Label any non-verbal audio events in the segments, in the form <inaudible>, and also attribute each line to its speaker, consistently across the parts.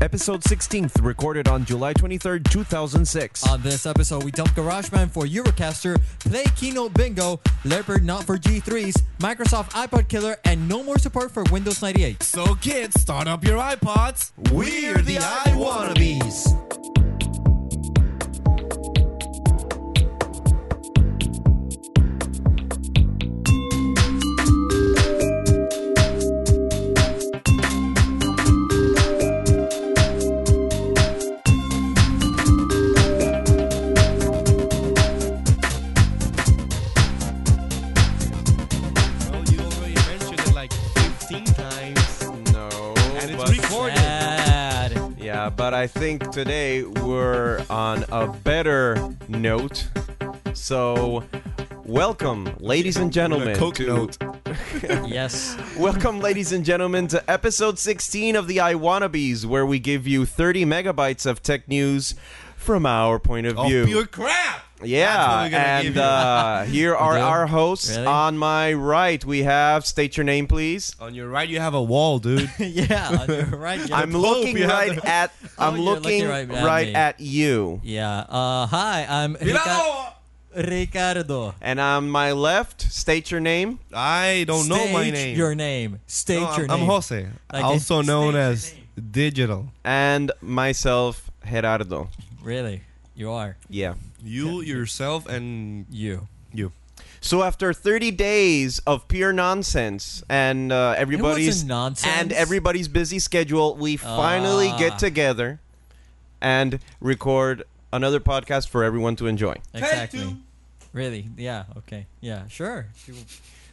Speaker 1: Episode 16th, recorded on July 23rd, 2006.
Speaker 2: On this episode, we dump GarageBand for Eurocaster, Play Keynote Bingo, Leopard not for G3s, Microsoft iPod Killer, and no more support for Windows 98.
Speaker 3: So kids, start up your iPods.
Speaker 1: We're the I Wannabes.
Speaker 3: Well, you already mentioned it like 15 times.
Speaker 1: No.
Speaker 3: And it's
Speaker 1: but-
Speaker 3: recorded.
Speaker 2: Sad.
Speaker 1: Yeah, but I think today we're on a better note. So, welcome, ladies and gentlemen.
Speaker 3: Coke
Speaker 1: to-
Speaker 3: note.
Speaker 2: Yes.
Speaker 1: <laughs> Welcome, ladies and gentlemen, to episode 16 of the I Wannabes, where we give you 30 megabytes of tech news from our point of
Speaker 3: Of
Speaker 1: view.
Speaker 3: Oh, pure crap. That's what
Speaker 1: Yeah,
Speaker 3: we're gonna
Speaker 1: and
Speaker 3: give you.
Speaker 1: uh,
Speaker 3: <laughs>
Speaker 1: here are
Speaker 2: Really?
Speaker 1: our hosts.
Speaker 2: Really?
Speaker 1: On my right, we have state your name, please.
Speaker 3: On your right, you have a wall, <laughs> dude.
Speaker 2: <laughs> yeah, you're right. yeah.
Speaker 1: I'm looking
Speaker 3: you have
Speaker 1: right
Speaker 3: the-
Speaker 1: at. I'm
Speaker 2: <laughs> Oh, you're
Speaker 1: looking right,
Speaker 2: looking right at me.
Speaker 1: at you.
Speaker 2: yeah. Uh, hi, I'm Rica-
Speaker 3: Hello.
Speaker 2: Ricardo.
Speaker 1: And on my left, state your name.
Speaker 3: I don't know Oh, my
Speaker 2: State
Speaker 3: name.
Speaker 2: Your name. State
Speaker 3: No, I'm,
Speaker 2: your
Speaker 3: I'm
Speaker 2: name.
Speaker 3: Jose,
Speaker 2: Like,
Speaker 3: also
Speaker 2: it's-
Speaker 3: known
Speaker 2: state your
Speaker 3: as Digital.
Speaker 1: and myself, Gerardo.
Speaker 2: Really? You are.
Speaker 1: Yeah.
Speaker 3: You yourself and
Speaker 2: You.
Speaker 3: you.
Speaker 1: So after 30 days of pure nonsense and uh, everybody's
Speaker 2: nonsense.
Speaker 1: and everybody's busy schedule, we finally
Speaker 2: Ah.
Speaker 1: get together and record another podcast for everyone to enjoy.
Speaker 2: Exactly. Really? Yeah. Okay. Yeah. Sure.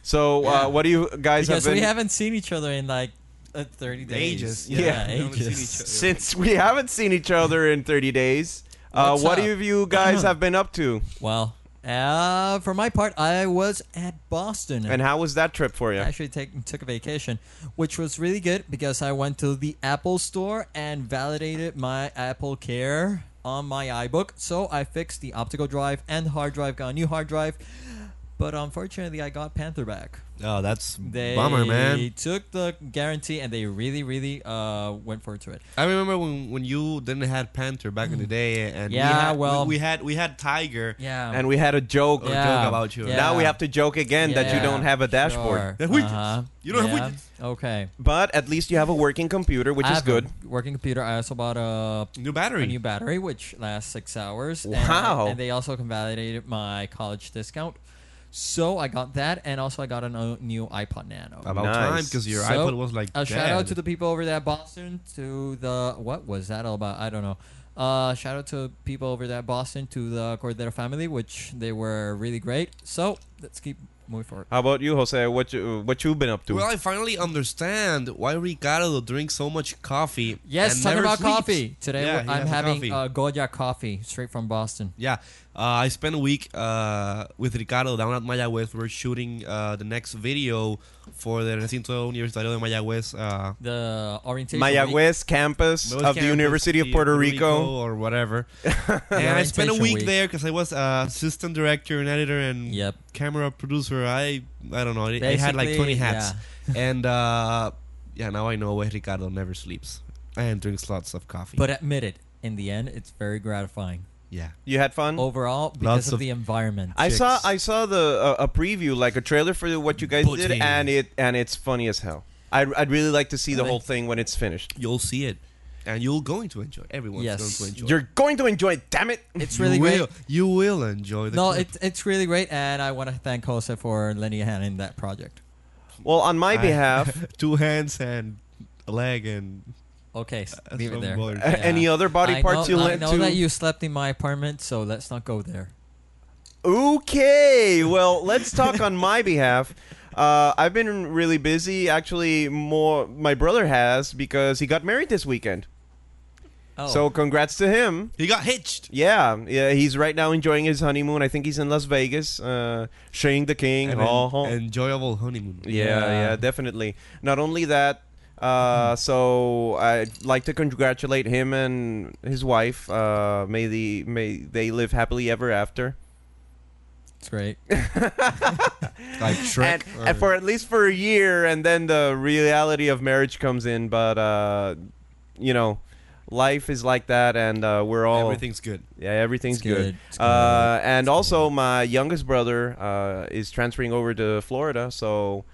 Speaker 1: So,
Speaker 2: Yeah.
Speaker 1: uh, what do you guys
Speaker 2: Because
Speaker 1: have been
Speaker 2: we haven't seen each other in like uh, 30 days.
Speaker 3: Ages,
Speaker 1: yeah.
Speaker 2: Yeah,
Speaker 3: We haven't seen each
Speaker 2: ages.
Speaker 3: other.
Speaker 1: since we haven't seen each other in 30 days? Uh,
Speaker 2: What's
Speaker 1: what
Speaker 2: up?
Speaker 1: have you
Speaker 2: <clears throat>
Speaker 1: guys have been up to,
Speaker 2: Well, uh, for my part, I was at Boston.
Speaker 1: and how was that trip for you?
Speaker 2: I actually take, took a vacation, which was really good because I went to the Apple store and validated my Apple Care on my iBook. So I fixed the optical drive and hard drive, got a new hard drive. But unfortunately, I got Panther back.
Speaker 3: Oh, that's
Speaker 2: They
Speaker 3: bummer, man.
Speaker 2: took the guarantee and they really, really uh, went forward to it.
Speaker 3: I remember when, when you didn't had Panther back in the day, and
Speaker 2: Mm.
Speaker 3: we
Speaker 2: Yeah,
Speaker 3: had,
Speaker 2: well-
Speaker 3: we, we had we had Tiger.
Speaker 2: Yeah.
Speaker 1: And we had a joke.
Speaker 3: Or
Speaker 2: Yeah.
Speaker 3: joke about you.
Speaker 2: Yeah.
Speaker 1: Now we have to joke again that you
Speaker 2: Yeah,
Speaker 1: don't have a dashboard.
Speaker 2: Sure.
Speaker 3: The widgets.
Speaker 2: Uh-huh.
Speaker 3: You don't have
Speaker 2: Yeah. Okay.
Speaker 1: But at least you have a working computer, which
Speaker 2: I
Speaker 1: is
Speaker 2: have
Speaker 1: good.
Speaker 2: a Working computer. I also bought a,
Speaker 3: New
Speaker 2: a
Speaker 3: battery.
Speaker 2: new battery, which lasts six hours. and-
Speaker 1: Wow.
Speaker 2: And, they also convalidated my college discount. So I got that, and also I got a no- new iPod Nano.
Speaker 3: about
Speaker 1: Nice.
Speaker 3: time because your
Speaker 2: So,
Speaker 3: iPod was like
Speaker 2: a shout out
Speaker 3: dead.
Speaker 2: to the people over there at Boston. To the what was that all about? I don't know. Uh, shout out to people over there at Boston to the Cordero family, which they were really great. So let's keep moving forward.
Speaker 1: How about you, Jose? What you what you been up to?
Speaker 3: Well, I finally understand why Ricardo drinks so much coffee.
Speaker 2: Yes,
Speaker 3: and
Speaker 2: talking
Speaker 3: never
Speaker 2: about
Speaker 3: sleeps.
Speaker 2: coffee. Today
Speaker 3: Yeah,
Speaker 2: we're-
Speaker 3: he
Speaker 2: I'm
Speaker 3: has a
Speaker 2: having
Speaker 3: coffee.
Speaker 2: uh, Goya coffee straight from Boston.
Speaker 3: Yeah, uh, I spent a week uh, with Ricardo down at Mayagüez. We're shooting uh, the next video for the Recinto Universitario de Mayagüez. Uh,
Speaker 2: The orientation. week.
Speaker 1: Mayagüez campus
Speaker 3: Mayagüez
Speaker 1: of the
Speaker 3: campus,
Speaker 1: University of
Speaker 3: the
Speaker 1: Puerto Rico.
Speaker 3: or <laughs> whatever. and I spent a
Speaker 2: Orientation
Speaker 3: week,
Speaker 2: week.
Speaker 3: there because I was uh, assistant director and editor and
Speaker 2: Yep.
Speaker 3: camera producer. I I don't know. I, I had like
Speaker 2: Basically,
Speaker 3: 20 hats. and uh, yeah, now I know why Ricardo never sleeps and drinks lots of coffee.
Speaker 2: But admit it, in the end, it's very gratifying
Speaker 3: yeah.
Speaker 1: You had fun.
Speaker 2: overall because
Speaker 3: Lots
Speaker 2: of,
Speaker 3: of-
Speaker 2: the environment.
Speaker 1: Mm. I saw
Speaker 3: chicks.
Speaker 1: I saw the uh, a preview like a trailer for what you guys did,
Speaker 3: Poutine.
Speaker 1: and it and it's funny as hell. I'd, I'd really like to see the
Speaker 2: Really?
Speaker 1: whole thing when it's finished.
Speaker 3: You'll see it. And you're going to enjoy. Everyone's
Speaker 2: Yes.
Speaker 3: going to enjoy.
Speaker 1: You're going to enjoy it, damn it!
Speaker 2: it's really
Speaker 3: you
Speaker 2: great.
Speaker 3: Will, you will enjoy the
Speaker 2: No,
Speaker 3: clip.
Speaker 2: it's it's really great, and I want to thank Jose for lending a hand in that project.
Speaker 1: Well, on my
Speaker 3: I-
Speaker 2: <laughs>
Speaker 1: behalf,
Speaker 3: <laughs> two hands and a leg and
Speaker 2: Okay, s-
Speaker 3: uh,
Speaker 2: leave it
Speaker 3: some
Speaker 2: there.
Speaker 3: board.
Speaker 1: a- any other body
Speaker 2: I
Speaker 1: parts
Speaker 2: know,
Speaker 1: you
Speaker 2: I
Speaker 1: lent
Speaker 2: know
Speaker 1: to?
Speaker 2: that you slept in my apartment, so let's not go there.
Speaker 1: Okay, well, let's talk on my behalf. Uh, I've been really busy. Actually, more my brother has because he got married this weekend.
Speaker 2: Oh,
Speaker 1: So congrats to him.
Speaker 3: He got hitched.
Speaker 1: Yeah, yeah, he's right now enjoying his honeymoon. I think he's in Las Vegas, uh, Shane the King.
Speaker 3: An
Speaker 1: Ho, ho.
Speaker 3: enjoyable honeymoon.
Speaker 1: yeah, yeah,
Speaker 2: Yeah.
Speaker 1: definitely. Not only that, uh, so I'd like to congratulate him and his wife. Uh, may the may they live happily ever after.
Speaker 2: it's great.
Speaker 3: Like Shrek.
Speaker 1: and, and for at least for a year, and then the reality of marriage comes in. But uh, you know, life is like that, and uh, we're all
Speaker 3: Everything's good.
Speaker 1: yeah, everything's
Speaker 2: It's
Speaker 1: good.
Speaker 2: good. It's good.
Speaker 1: Uh, and
Speaker 2: It's
Speaker 1: also, my youngest brother uh, is transferring over to Florida, so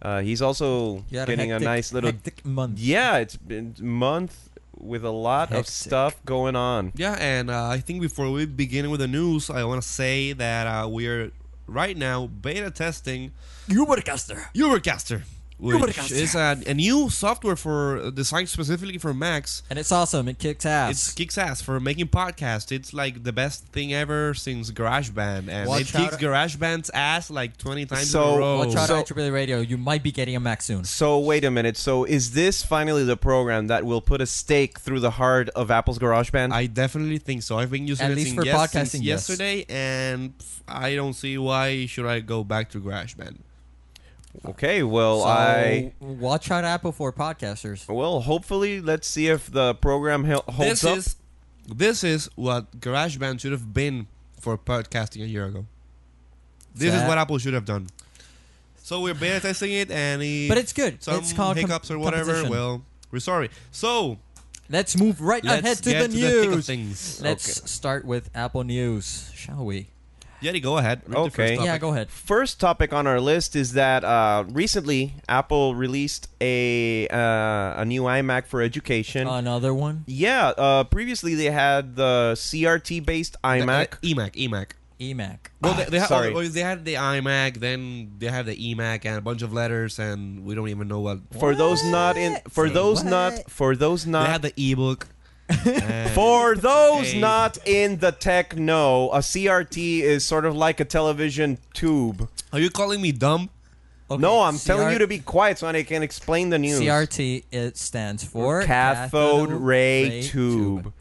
Speaker 1: uh, he's also
Speaker 2: You had
Speaker 1: getting a,
Speaker 2: hectic-
Speaker 1: nice little.
Speaker 2: hectic month.
Speaker 1: Yeah, it's been a month with a lot of
Speaker 2: Hectic.
Speaker 1: stuff going on.
Speaker 3: Yeah, and uh, I think before we begin with the news, I want to say that uh, we are right now beta testing
Speaker 2: Ubercaster.
Speaker 3: Ubercaster, which
Speaker 2: Ubercaster.
Speaker 3: is a, a new software for uh, designed specifically for Macs.
Speaker 2: And it's awesome. It kicks ass.
Speaker 3: It kicks ass for making podcasts. It's like the best thing ever since GarageBand, and
Speaker 2: Watch
Speaker 3: it kicks
Speaker 2: out-
Speaker 3: GarageBand's ass like twenty times in
Speaker 1: So-
Speaker 3: a row.
Speaker 2: Watch out,
Speaker 1: So-
Speaker 2: IEEE Radio. You might be getting a Mac soon.
Speaker 1: So wait a minute. So is this finally the program that will put a stake through the heart of Apple's GarageBand?
Speaker 3: I definitely think so. I've been using
Speaker 2: At
Speaker 3: it
Speaker 2: least
Speaker 3: since
Speaker 2: for
Speaker 3: yes-
Speaker 2: podcasting,
Speaker 3: since
Speaker 2: yes.
Speaker 3: yesterday, and pff, I don't see why should I go back to GarageBand.
Speaker 1: okay, well
Speaker 2: so
Speaker 1: I
Speaker 2: watch out, Apple for podcasters.
Speaker 1: well hopefully let's see if the program hel- holds
Speaker 3: this
Speaker 1: up.
Speaker 3: is this is what GarageBand should have been for podcasting a year ago. This is
Speaker 2: That-
Speaker 3: what Apple should have done. So we're beta testing it, and it,
Speaker 2: But it's good.
Speaker 3: some
Speaker 2: it's called com-
Speaker 3: hiccups or whatever.
Speaker 2: competition.
Speaker 3: Well, we're sorry. So
Speaker 2: let's move right
Speaker 3: let's
Speaker 2: ahead to
Speaker 3: get
Speaker 2: the
Speaker 3: to the thick of
Speaker 2: news.
Speaker 3: things.
Speaker 2: let's start with Apple News, shall we?
Speaker 3: Yeti, go ahead. Read the first
Speaker 1: Okay.
Speaker 3: topic.
Speaker 2: Yeah, go ahead.
Speaker 1: First topic on our list is that uh, recently Apple released a uh, a new iMac for education.
Speaker 2: Another one.
Speaker 1: yeah, uh, previously they had the CRT based iMac.
Speaker 3: The- uh, eMac, eMac.
Speaker 2: EMAC.
Speaker 3: Well, they, they, had,
Speaker 1: Sorry.
Speaker 3: oh, they had the iMac, then they have the eMac and a bunch of letters, and we don't even know what.
Speaker 1: for those not in for
Speaker 2: Say
Speaker 1: those
Speaker 2: what?
Speaker 1: not for those
Speaker 3: They
Speaker 1: not
Speaker 3: had the
Speaker 2: <laughs>
Speaker 3: ebook. and-
Speaker 1: For those
Speaker 3: Hey.
Speaker 1: not in the tech know, a CRT is sort of like a television tube.
Speaker 3: Are you calling me dumb?
Speaker 2: Okay,
Speaker 1: no, I'm
Speaker 2: CR
Speaker 1: telling you to be quiet so I can explain the news.
Speaker 2: CRT. It stands for
Speaker 1: cathode, ray, tube.
Speaker 2: tube.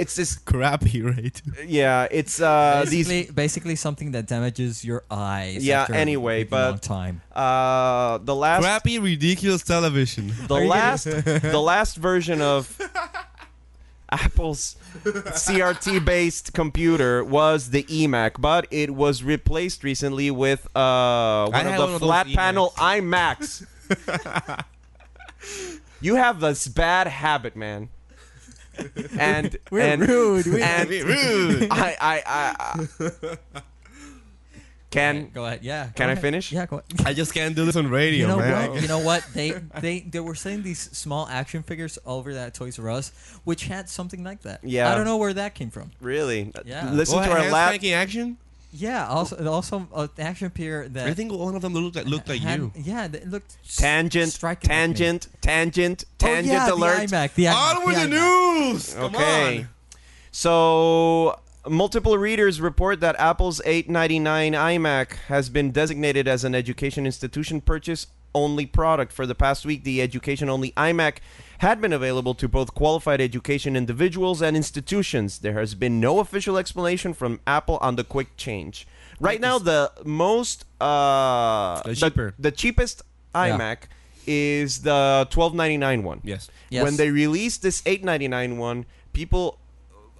Speaker 1: It's this
Speaker 3: Crappy, right?
Speaker 1: yeah, it's uh these
Speaker 2: Basically, basically something that damages your eyes.
Speaker 1: Yeah,
Speaker 2: after a
Speaker 1: anyway,
Speaker 2: really
Speaker 1: but-
Speaker 2: long time.
Speaker 1: uh the last
Speaker 3: Crappy, ridiculous television.
Speaker 1: the
Speaker 2: Are you
Speaker 1: last the last version of <laughs> Apple's CRT based computer was the EMAC, but it was replaced recently with uh, one
Speaker 3: had
Speaker 1: of the
Speaker 3: one of those
Speaker 1: flat panel iMacs. you have this bad habit, man. And
Speaker 2: We're
Speaker 1: and <laughs>
Speaker 2: rude. We're
Speaker 1: and
Speaker 3: Rude.
Speaker 1: I I I, I can
Speaker 2: <laughs> Go ahead. Yeah.
Speaker 1: Can
Speaker 2: go
Speaker 1: I
Speaker 2: ahead.
Speaker 1: finish?
Speaker 2: Yeah. Go ahead.
Speaker 3: <laughs> I just can't do this on
Speaker 2: <laughs> You
Speaker 3: radio,
Speaker 2: know
Speaker 3: man.
Speaker 2: what? You know what?
Speaker 1: <laughs>
Speaker 2: They they they were selling these small action figures over at Toys R Us, which had something like that.
Speaker 1: Yeah.
Speaker 2: I don't know where that came from.
Speaker 1: really
Speaker 2: Yeah.
Speaker 1: listen
Speaker 3: Well,
Speaker 1: to our
Speaker 3: hands
Speaker 1: last
Speaker 3: making action.
Speaker 2: Yeah. Also, and also an action figure that
Speaker 3: I think one of them looked like looked like
Speaker 2: had-
Speaker 3: you.
Speaker 2: Yeah. It looked s-
Speaker 1: tangent
Speaker 2: striking at me.
Speaker 1: tangent tangent tangent
Speaker 2: oh, yeah,
Speaker 1: alert.
Speaker 2: The iMac, the iMac,
Speaker 3: On with the
Speaker 2: iMac.
Speaker 3: news. Come
Speaker 1: Okay.
Speaker 3: on.
Speaker 1: So multiple readers report that Apple's 899 iMac has been designated as an education institution purchase only product for the past week the education only iMac had been available to both qualified education individuals and institutions there has been no official explanation from Apple on the quick change right now the most uh
Speaker 3: The cheaper.
Speaker 1: the, cheapest
Speaker 2: Yeah.
Speaker 1: iMac is the 1299 one
Speaker 3: Yes.
Speaker 2: Yes.
Speaker 1: when they released this 899 one people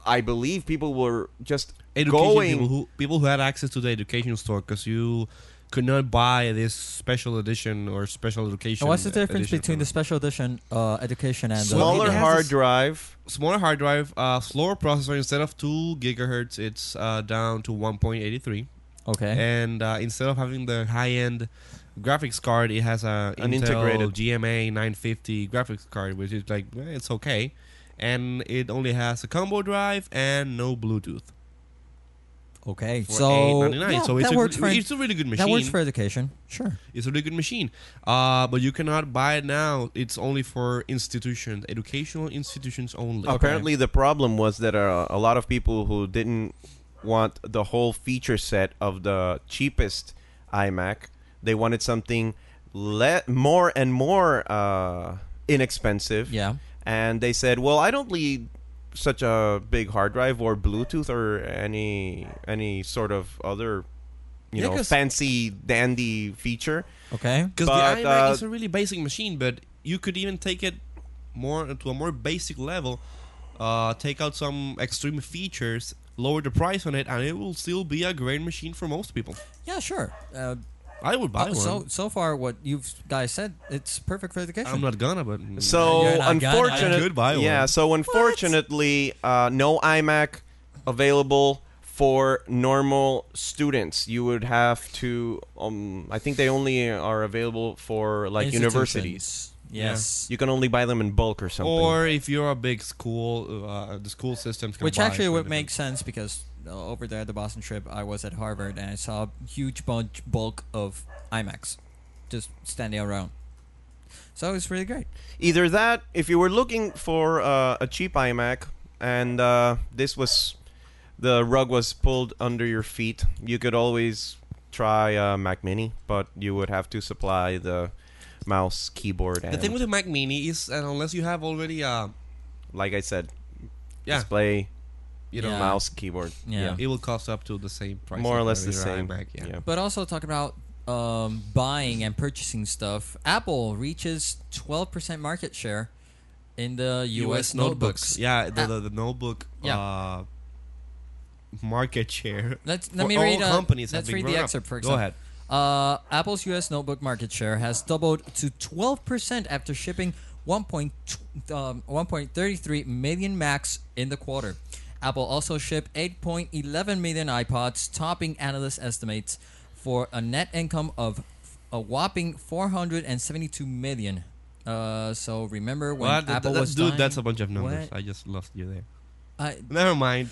Speaker 1: i believe people were just
Speaker 3: Education
Speaker 1: going
Speaker 3: people who people who had access to the education store because you could not buy this special edition or special education.
Speaker 2: And what's the difference
Speaker 3: edition
Speaker 2: between the
Speaker 3: product.
Speaker 2: special edition uh, education and the
Speaker 1: smaller
Speaker 3: It has
Speaker 1: hard
Speaker 3: this-
Speaker 1: drive
Speaker 3: smaller hard drive, uh, slower processor instead of two gigahertz, it's uh, down to one point eighty three.
Speaker 2: Okay.
Speaker 3: and uh, instead of having the high-end graphics card, it has a
Speaker 1: An
Speaker 3: Intel
Speaker 1: integrated.
Speaker 3: GMA 950 graphics card, which is like eh, it's okay, and it only has a combo drive and no Bluetooth
Speaker 2: Okay.
Speaker 3: for
Speaker 2: So
Speaker 3: 8.99.
Speaker 2: yeah,
Speaker 3: so it's
Speaker 2: that
Speaker 3: a,
Speaker 2: works
Speaker 3: good-
Speaker 2: for
Speaker 3: it's a really good machine.
Speaker 2: that works for education. Sure.
Speaker 3: it's a really good machine, uh, but you cannot buy it now. It's only for institutions, educational institutions only.
Speaker 1: apparently the problem was that uh, a lot of people who didn't want the whole feature set of the cheapest imac they wanted something le- more and more uh, inexpensive
Speaker 2: Yeah.
Speaker 1: and they said well i don't need such a big hard drive or bluetooth or any any sort of other you
Speaker 3: Yeah,
Speaker 1: know
Speaker 3: 'cause-
Speaker 1: fancy dandy feature
Speaker 2: Okay.
Speaker 3: Because
Speaker 1: But,
Speaker 3: the iMac
Speaker 1: uh,
Speaker 3: is a really basic machine, but you could even take it more to a more basic level, uh, take out some extreme features, lower the price on it, and it will still be a great machine for most people.
Speaker 2: Yeah, sure. Uh,
Speaker 3: I would buy
Speaker 2: Uh,
Speaker 3: one.
Speaker 2: so so far, what you've guys said, it's perfect for education.
Speaker 3: I'm not gonna, but
Speaker 2: <laughs>
Speaker 1: So
Speaker 2: You're not gonna.
Speaker 1: unfortunate,
Speaker 3: I could buy one.
Speaker 1: yeah. So unfortunately, uh, no iMac available for normal students. You would have to. Um, I think they only are available for like
Speaker 2: Institutions.
Speaker 1: universities.
Speaker 2: Yes.
Speaker 1: You can only buy them in bulk or something.
Speaker 3: or if you're a big school, uh, the school systems can
Speaker 2: Which
Speaker 3: buy
Speaker 2: actually
Speaker 3: kind
Speaker 2: would
Speaker 3: of
Speaker 2: make
Speaker 3: thing.
Speaker 2: sense because uh, over there at the Boston trip, I was at Harvard and I saw a huge bunch bulk of IMAX just standing around. So it's really great.
Speaker 1: either that, if you were looking for uh, a cheap iMac, and uh, this was the rug was pulled under your feet, you could always try uh, Mac Mini, but you would have to supply the mouse, keyboard, and
Speaker 3: The thing with the Mac Mini is, and unless you have already, uh,
Speaker 1: like I said,
Speaker 3: yeah,
Speaker 1: display,
Speaker 3: you know,
Speaker 2: Yeah.
Speaker 1: mouse, keyboard.
Speaker 2: Yeah.
Speaker 3: it will cost up to the same price,
Speaker 1: More or
Speaker 3: of
Speaker 1: less the
Speaker 3: your
Speaker 1: same.
Speaker 3: iMac, yeah.
Speaker 1: Yeah.
Speaker 2: But also talking about um, buying and purchasing stuff, Apple reaches 12% market share in the US, notebooks.
Speaker 3: Yeah, the,
Speaker 2: Ah.
Speaker 3: the, the notebook
Speaker 2: Yeah.
Speaker 3: uh,
Speaker 2: <laughs>
Speaker 3: market share.
Speaker 2: Let's, let
Speaker 3: for
Speaker 2: me
Speaker 3: all
Speaker 2: read, uh,
Speaker 3: companies have
Speaker 2: let's
Speaker 3: been
Speaker 2: read the
Speaker 3: grown up.
Speaker 2: excerpt, for
Speaker 3: Go
Speaker 2: example.
Speaker 3: ahead.
Speaker 2: Uh, Apple's U.S. notebook market share has doubled to 12% after shipping 1. point tw- um, 1.33 million Macs in the quarter. Apple also shipped 8.11 million iPods, topping analyst estimates for a net income of a whopping 472 million. Uh, so remember when
Speaker 3: What?
Speaker 2: Apple
Speaker 3: Th- th-
Speaker 2: was
Speaker 3: dude,
Speaker 2: dying?
Speaker 3: that's a bunch of numbers.
Speaker 2: What?
Speaker 3: I just lost you there.
Speaker 2: I-
Speaker 3: Never mind.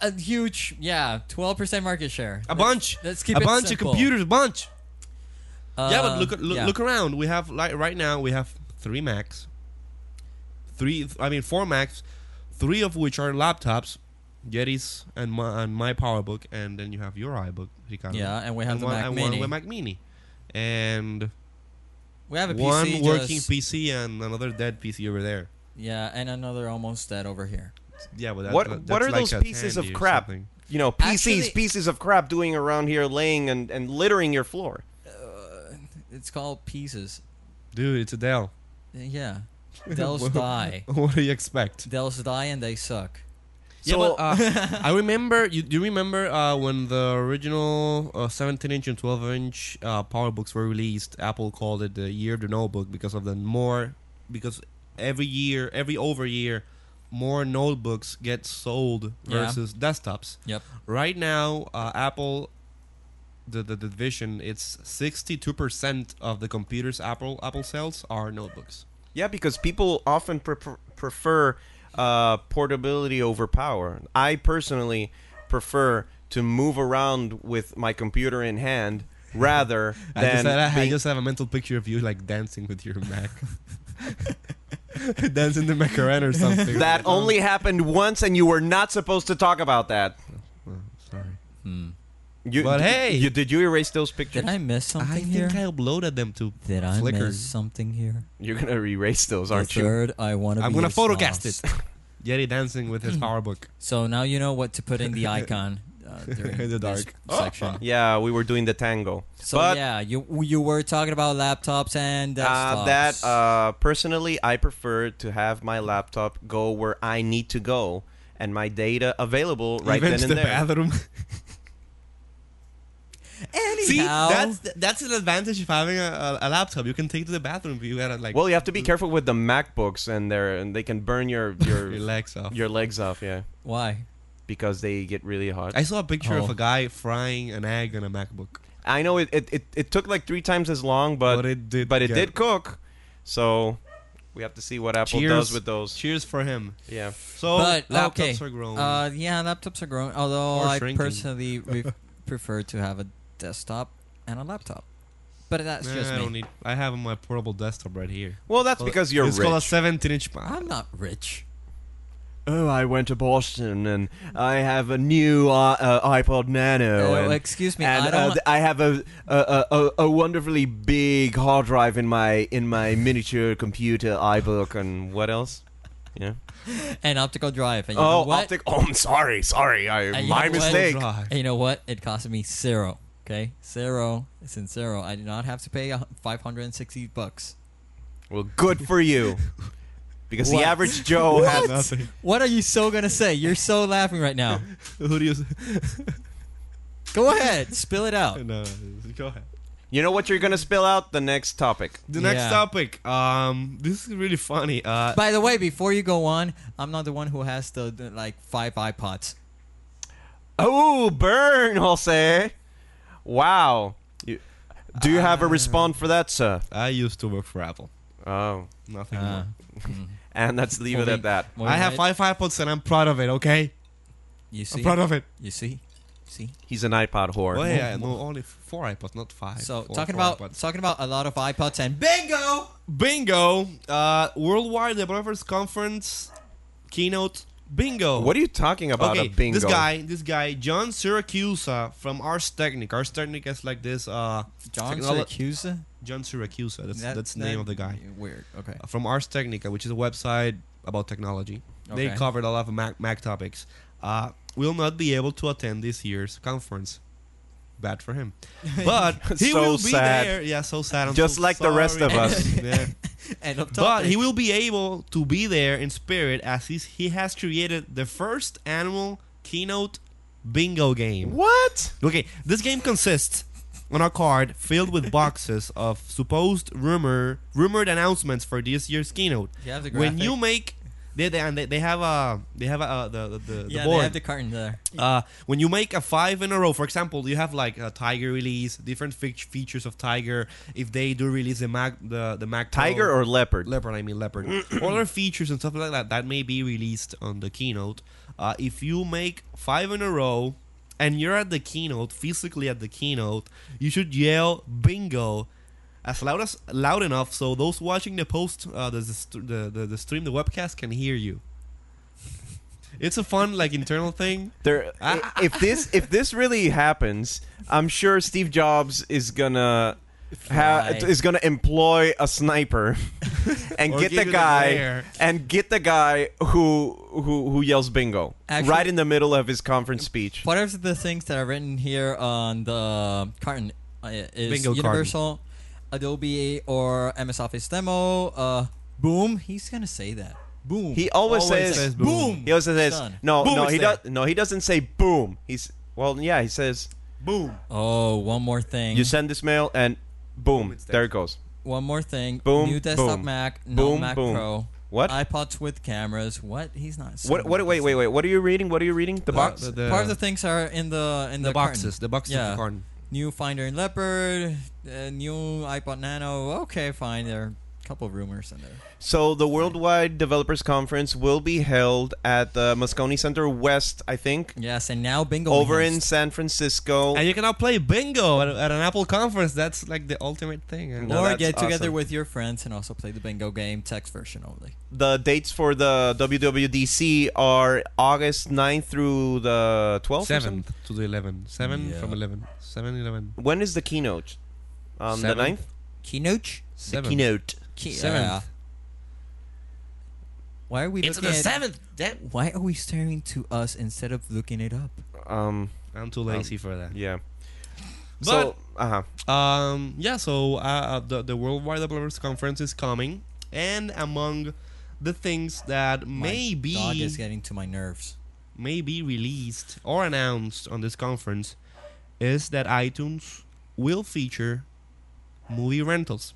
Speaker 2: a, a huge, yeah, 12% market share.
Speaker 3: A bunch.
Speaker 2: Let's keep
Speaker 3: a
Speaker 2: it
Speaker 3: bunch
Speaker 2: simple.
Speaker 3: of computers. A bunch. yeah,
Speaker 2: Uh,
Speaker 3: but look, look,
Speaker 2: yeah.
Speaker 3: look around. We have like right now we have three Macs, three. I mean four Macs, three of which are laptops, Yetis, and my and my PowerBook, and then you have your iBook, Ricardo.
Speaker 2: Yeah, and we have
Speaker 3: and
Speaker 2: the
Speaker 3: one,
Speaker 2: Mac
Speaker 3: and
Speaker 2: Mini.
Speaker 3: One, with Mac Mini, and
Speaker 2: we have a
Speaker 3: one
Speaker 2: PC
Speaker 3: working
Speaker 2: just-
Speaker 3: PC and another dead PC over there.
Speaker 2: Yeah, and another almost dead over here.
Speaker 3: Yeah, but that's,
Speaker 1: What-
Speaker 3: that's
Speaker 1: what are
Speaker 3: like
Speaker 1: those
Speaker 3: a
Speaker 1: pieces of
Speaker 3: Tandy or
Speaker 1: crap?
Speaker 3: something.
Speaker 1: You know, PCs,
Speaker 2: Actually-
Speaker 1: pieces of crap doing around here, laying and, and littering your floor.
Speaker 3: Uh,
Speaker 2: It's called pieces.
Speaker 3: Dude, it's a Dell. <laughs>
Speaker 2: <laughs> Yeah. Dells die.
Speaker 3: what do you expect?
Speaker 2: Dells die and they suck.
Speaker 3: Yeah,
Speaker 1: So-
Speaker 3: but, uh, <laughs> I remember. You, do you remember uh, when the original uh, 17-inch and 12-inch uh, PowerBooks were released? Apple called it the year of the notebook because of the more, because every year, every over year, more notebooks get sold
Speaker 2: Yeah.
Speaker 3: versus desktops.
Speaker 2: Yep.
Speaker 3: Right now, uh, Apple, the the division, it's 62% of the computers Apple Apple sells are notebooks.
Speaker 1: Yeah, because people often pre- pre- prefer uh, portability over power. I personally prefer to move around with my computer in hand rather
Speaker 3: <laughs> I
Speaker 1: than
Speaker 3: just, had, I <laughs>
Speaker 1: being-
Speaker 3: just have a mental picture of you like dancing with your Mac. <laughs> dancing the Macarena or something.
Speaker 1: that only happened once, and you were not supposed to talk about that.
Speaker 3: Oh, sorry. Hmm.
Speaker 1: You,
Speaker 3: But
Speaker 1: did-
Speaker 3: hey!
Speaker 1: you, did you erase those pictures?
Speaker 2: Did I miss something
Speaker 3: I
Speaker 2: here?
Speaker 3: think I uploaded them to
Speaker 2: Did I
Speaker 3: Flickr.
Speaker 2: miss something here?
Speaker 1: You're gonna erase those, aren't
Speaker 2: the
Speaker 1: you?
Speaker 2: third, I want to
Speaker 3: I'm
Speaker 2: be
Speaker 3: gonna
Speaker 2: a
Speaker 3: photocast
Speaker 2: snob.
Speaker 3: it. <laughs> Yeti dancing with
Speaker 2: Hmm.
Speaker 3: his PowerBook.
Speaker 2: So now you know what to put in
Speaker 3: <laughs>
Speaker 2: the icon uh, during
Speaker 3: In the
Speaker 2: this
Speaker 3: dark.
Speaker 2: section.
Speaker 3: <laughs>
Speaker 1: Yeah, we were doing the tango.
Speaker 2: So
Speaker 1: but
Speaker 2: yeah, you you were talking about laptops and desktops.
Speaker 1: Uh, that uh, personally, I prefer to have my laptop go where I need to go and my data available right
Speaker 3: Even
Speaker 1: then
Speaker 3: to
Speaker 1: and
Speaker 3: the
Speaker 1: there.
Speaker 3: bathroom.
Speaker 2: <laughs>
Speaker 3: See,
Speaker 2: Anyhow,
Speaker 3: that's that's an advantage of having a, a, a laptop. You can take to the bathroom. You gotta like
Speaker 1: Well, you have to be careful with the MacBooks and their and they can burn your
Speaker 3: <laughs>
Speaker 1: your
Speaker 3: your legs off.
Speaker 1: your legs off, yeah,
Speaker 2: why?
Speaker 1: because they get really hot.
Speaker 3: I saw a picture
Speaker 2: Oh.
Speaker 3: of a guy frying an egg on a MacBook.
Speaker 1: I know it it, it, it took like three times as long, but but it,
Speaker 3: it did. get-
Speaker 1: did cook. So we have to see what Apple
Speaker 3: Cheers.
Speaker 1: does with those.
Speaker 3: Cheers for him.
Speaker 1: Yeah.
Speaker 3: So
Speaker 2: But,
Speaker 3: laptops
Speaker 2: okay.
Speaker 3: are growing.
Speaker 2: Uh, yeah, laptops are growing. Although
Speaker 3: Or
Speaker 2: I
Speaker 3: shrinking. <laughs>
Speaker 2: personally re- prefer to have a desktop and a laptop, but that's
Speaker 3: Nah,
Speaker 2: just
Speaker 3: I
Speaker 2: me.
Speaker 3: don't need. I have my portable desktop right here.
Speaker 1: Well, that's
Speaker 3: Well,
Speaker 1: because you're
Speaker 3: it's
Speaker 1: rich. Ah,
Speaker 3: called a 17 inch.
Speaker 2: I'm not rich.
Speaker 1: oh, I went to Boston and I have a new uh, uh, iPod Nano.
Speaker 2: Oh,
Speaker 1: and-
Speaker 2: excuse me.
Speaker 1: and
Speaker 2: I
Speaker 1: I,
Speaker 2: don't.
Speaker 1: uh, th- I have a a, a a wonderfully big hard drive in my in my miniature computer iBook and what else? Yeah.
Speaker 2: ha- an optical drive. And you know
Speaker 1: Oh,
Speaker 2: what?
Speaker 1: optic. Oh, I'm sorry, sorry. I,
Speaker 2: And you
Speaker 1: my
Speaker 2: know what?
Speaker 1: mistake.
Speaker 3: Drive.
Speaker 2: and you know what? It cost me zero. Okay, zero. It's in zero. I did not have to pay a- 560 bucks.
Speaker 1: Well, good for
Speaker 2: <laughs>
Speaker 1: you, because
Speaker 2: What?
Speaker 1: the average Joe
Speaker 3: What?
Speaker 1: has.
Speaker 3: Nothing.
Speaker 2: <laughs>
Speaker 3: <laughs>
Speaker 2: What are you so gonna say? You're so laughing right now.
Speaker 3: <laughs> Who do you?
Speaker 2: Go ahead, spill it out.
Speaker 3: no, go ahead.
Speaker 1: You know what you're gonna spill out? The next topic.
Speaker 3: The next
Speaker 2: Yeah.
Speaker 3: topic. Um, this is really funny. Uh,
Speaker 2: By the way, before you go on, I'm not the one who has the, the, like five iPods.
Speaker 1: Oh, <laughs> burn, Jose! Wow. You, do you
Speaker 2: Uh.
Speaker 1: have a response for that, sir?
Speaker 3: I used to work for Apple.
Speaker 1: Oh,
Speaker 3: Nothing
Speaker 2: Uh,
Speaker 3: more.
Speaker 1: and let's leave it
Speaker 2: Moving-
Speaker 1: at that.
Speaker 2: moving
Speaker 3: Uh-huh. I have
Speaker 2: right.
Speaker 3: five iPods and I'm proud of it. Okay,
Speaker 2: You
Speaker 3: I'm
Speaker 2: see,
Speaker 3: proud of it.
Speaker 2: you see, see.
Speaker 1: He's an iPod whore.
Speaker 3: Well, yeah,
Speaker 2: more.
Speaker 3: no, only four iPods, not five.
Speaker 2: So
Speaker 3: Four-
Speaker 2: talking
Speaker 3: four
Speaker 2: about
Speaker 3: iPods.
Speaker 2: talking about a lot of iPods and bingo.
Speaker 3: bingo, uh, Worldwide Developers Conference keynote bingo.
Speaker 1: What are you talking about?
Speaker 3: okay,
Speaker 1: a bingo.
Speaker 3: This guy, this guy, John Syracuse uh, from Ars Technic. Ars Technic is like this. Uh,
Speaker 2: John
Speaker 3: technolo-
Speaker 2: Syracuse.
Speaker 3: John Syracuse. That's
Speaker 2: That-
Speaker 3: that's the name
Speaker 2: that-
Speaker 3: of the guy Oh. Uh,
Speaker 2: Weird. Okay.
Speaker 3: from Ars Technica, which is a website about technology. They
Speaker 2: Okay.
Speaker 3: covered a lot of Mac, Mac topics. Uh, will not be able to attend this year's conference. Bad
Speaker 1: <laughs>
Speaker 3: for him, but he
Speaker 1: So
Speaker 3: will be
Speaker 1: sad.
Speaker 3: there. Yeah, so sad. I'm
Speaker 1: Just
Speaker 3: so
Speaker 1: like the rest of
Speaker 3: sorry.
Speaker 1: us.
Speaker 3: <laughs> Yeah.
Speaker 2: End of
Speaker 3: <laughs> But
Speaker 2: topic.
Speaker 3: he will be able to be there in spirit as he's, he has created the first annual keynote bingo game.
Speaker 1: What?
Speaker 3: Okay, this game consists on a card filled
Speaker 2: <laughs>
Speaker 3: with boxes of supposed rumor rumored announcements for this year's keynote.
Speaker 2: You have the
Speaker 3: When
Speaker 2: graphic.
Speaker 3: you make they, they, and they, they have a they have a, uh, the the, the, the
Speaker 2: yeah,
Speaker 3: board.
Speaker 2: they have the carton there.
Speaker 3: Uh, when you make a five in a row, for example, you have like a Tiger release, different fe- features of Tiger. If they do release the Mac, the the Mac Pro-
Speaker 1: Tiger or leopard?
Speaker 3: Oh. leopard i mean leopard other features and stuff like that that may be released on the keynote uh, if you make five in a row and you're at the keynote physically at the keynote you should yell bingo as loud as loud enough so those watching the post uh, the, the, the, the stream the webcast can hear you <laughs> it's a fun like internal thing <laughs>
Speaker 1: There, i-
Speaker 3: Ah.
Speaker 1: if this if this really happens, I'm sure Steve Jobs is gonna ha-
Speaker 2: Fly.
Speaker 1: is gonna employ a
Speaker 3: <laughs>
Speaker 1: sniper and
Speaker 3: Or
Speaker 1: get
Speaker 3: give
Speaker 1: the
Speaker 3: you the
Speaker 1: guy
Speaker 3: glare.
Speaker 1: and get the guy who who who yells bingo
Speaker 2: Actually-
Speaker 1: right in the middle of his conference speech.
Speaker 2: Part of the things that are written here on the carton uh, is
Speaker 3: Bingo carton.
Speaker 2: Universal, Adobe, or MS Office demo. Uh, boom. He's gonna say that. Boom.
Speaker 1: He always, says,
Speaker 3: says
Speaker 1: boom.
Speaker 2: boom.
Speaker 1: He always says
Speaker 2: Done.
Speaker 1: no
Speaker 3: Boom
Speaker 1: no
Speaker 3: is
Speaker 1: he
Speaker 3: there.
Speaker 1: does no he doesn't say boom. He's well yeah he says
Speaker 3: boom
Speaker 2: Oh, one more thing.
Speaker 1: you send this mail and boom,
Speaker 3: it's Mm-hmm. there.
Speaker 1: there it goes.
Speaker 2: one more thing.
Speaker 1: Boom,
Speaker 2: New desktop
Speaker 1: boom.
Speaker 2: Mac. No
Speaker 1: Boom,
Speaker 2: Mac
Speaker 1: boom.
Speaker 2: Pro.
Speaker 1: What?
Speaker 2: iPods with cameras. What? He's not. saying
Speaker 1: What what
Speaker 2: that.
Speaker 1: wait wait wait what are you reading? What are you reading? The box?
Speaker 3: the, the,
Speaker 2: Part of the things are in the in
Speaker 3: the
Speaker 2: the,
Speaker 3: boxes
Speaker 2: carton.
Speaker 3: the boxes of
Speaker 2: Yeah.
Speaker 3: the carton
Speaker 2: New Finder in Leopard, uh, new iPod Nano. Okay, fine. There are a couple of rumors in there.
Speaker 1: So the Worldwide Developers Conference will be held at the Moscone Center West, I think,
Speaker 2: Yes, and now Bingo.
Speaker 1: over
Speaker 2: we
Speaker 1: in
Speaker 2: host.
Speaker 1: San Francisco.
Speaker 3: and you can now play bingo at, at an apple conference that's like the ultimate thing And-
Speaker 1: No,
Speaker 2: or
Speaker 1: that's
Speaker 2: get together
Speaker 1: awesome.
Speaker 2: with your friends and also play the bingo game, text version only.
Speaker 1: The dates for the WWDC are August 9th through the 12th. or something?
Speaker 3: Seventh to the 11. 7
Speaker 2: Yeah.
Speaker 3: from 11. 7 11.
Speaker 1: When is the keynote? On the
Speaker 3: Seventh.
Speaker 1: 9th?
Speaker 2: Keynote?
Speaker 1: The
Speaker 3: 7.
Speaker 1: keynote.
Speaker 2: Key-
Speaker 3: Seventh.
Speaker 2: yeah. Why are we looking at- Why are we staring to us instead of looking it up?
Speaker 1: Um,
Speaker 3: I'm too lazy for that.
Speaker 1: yeah.
Speaker 3: But-
Speaker 1: so, uh-huh.
Speaker 3: Um, yeah, so uh, uh, the, the Worldwide Developers Conference is coming. And among the things that
Speaker 2: My
Speaker 3: may
Speaker 2: dog is
Speaker 3: be,
Speaker 2: getting to my nerves.
Speaker 3: may be released or announced on this conference is that iTunes will feature movie rentals.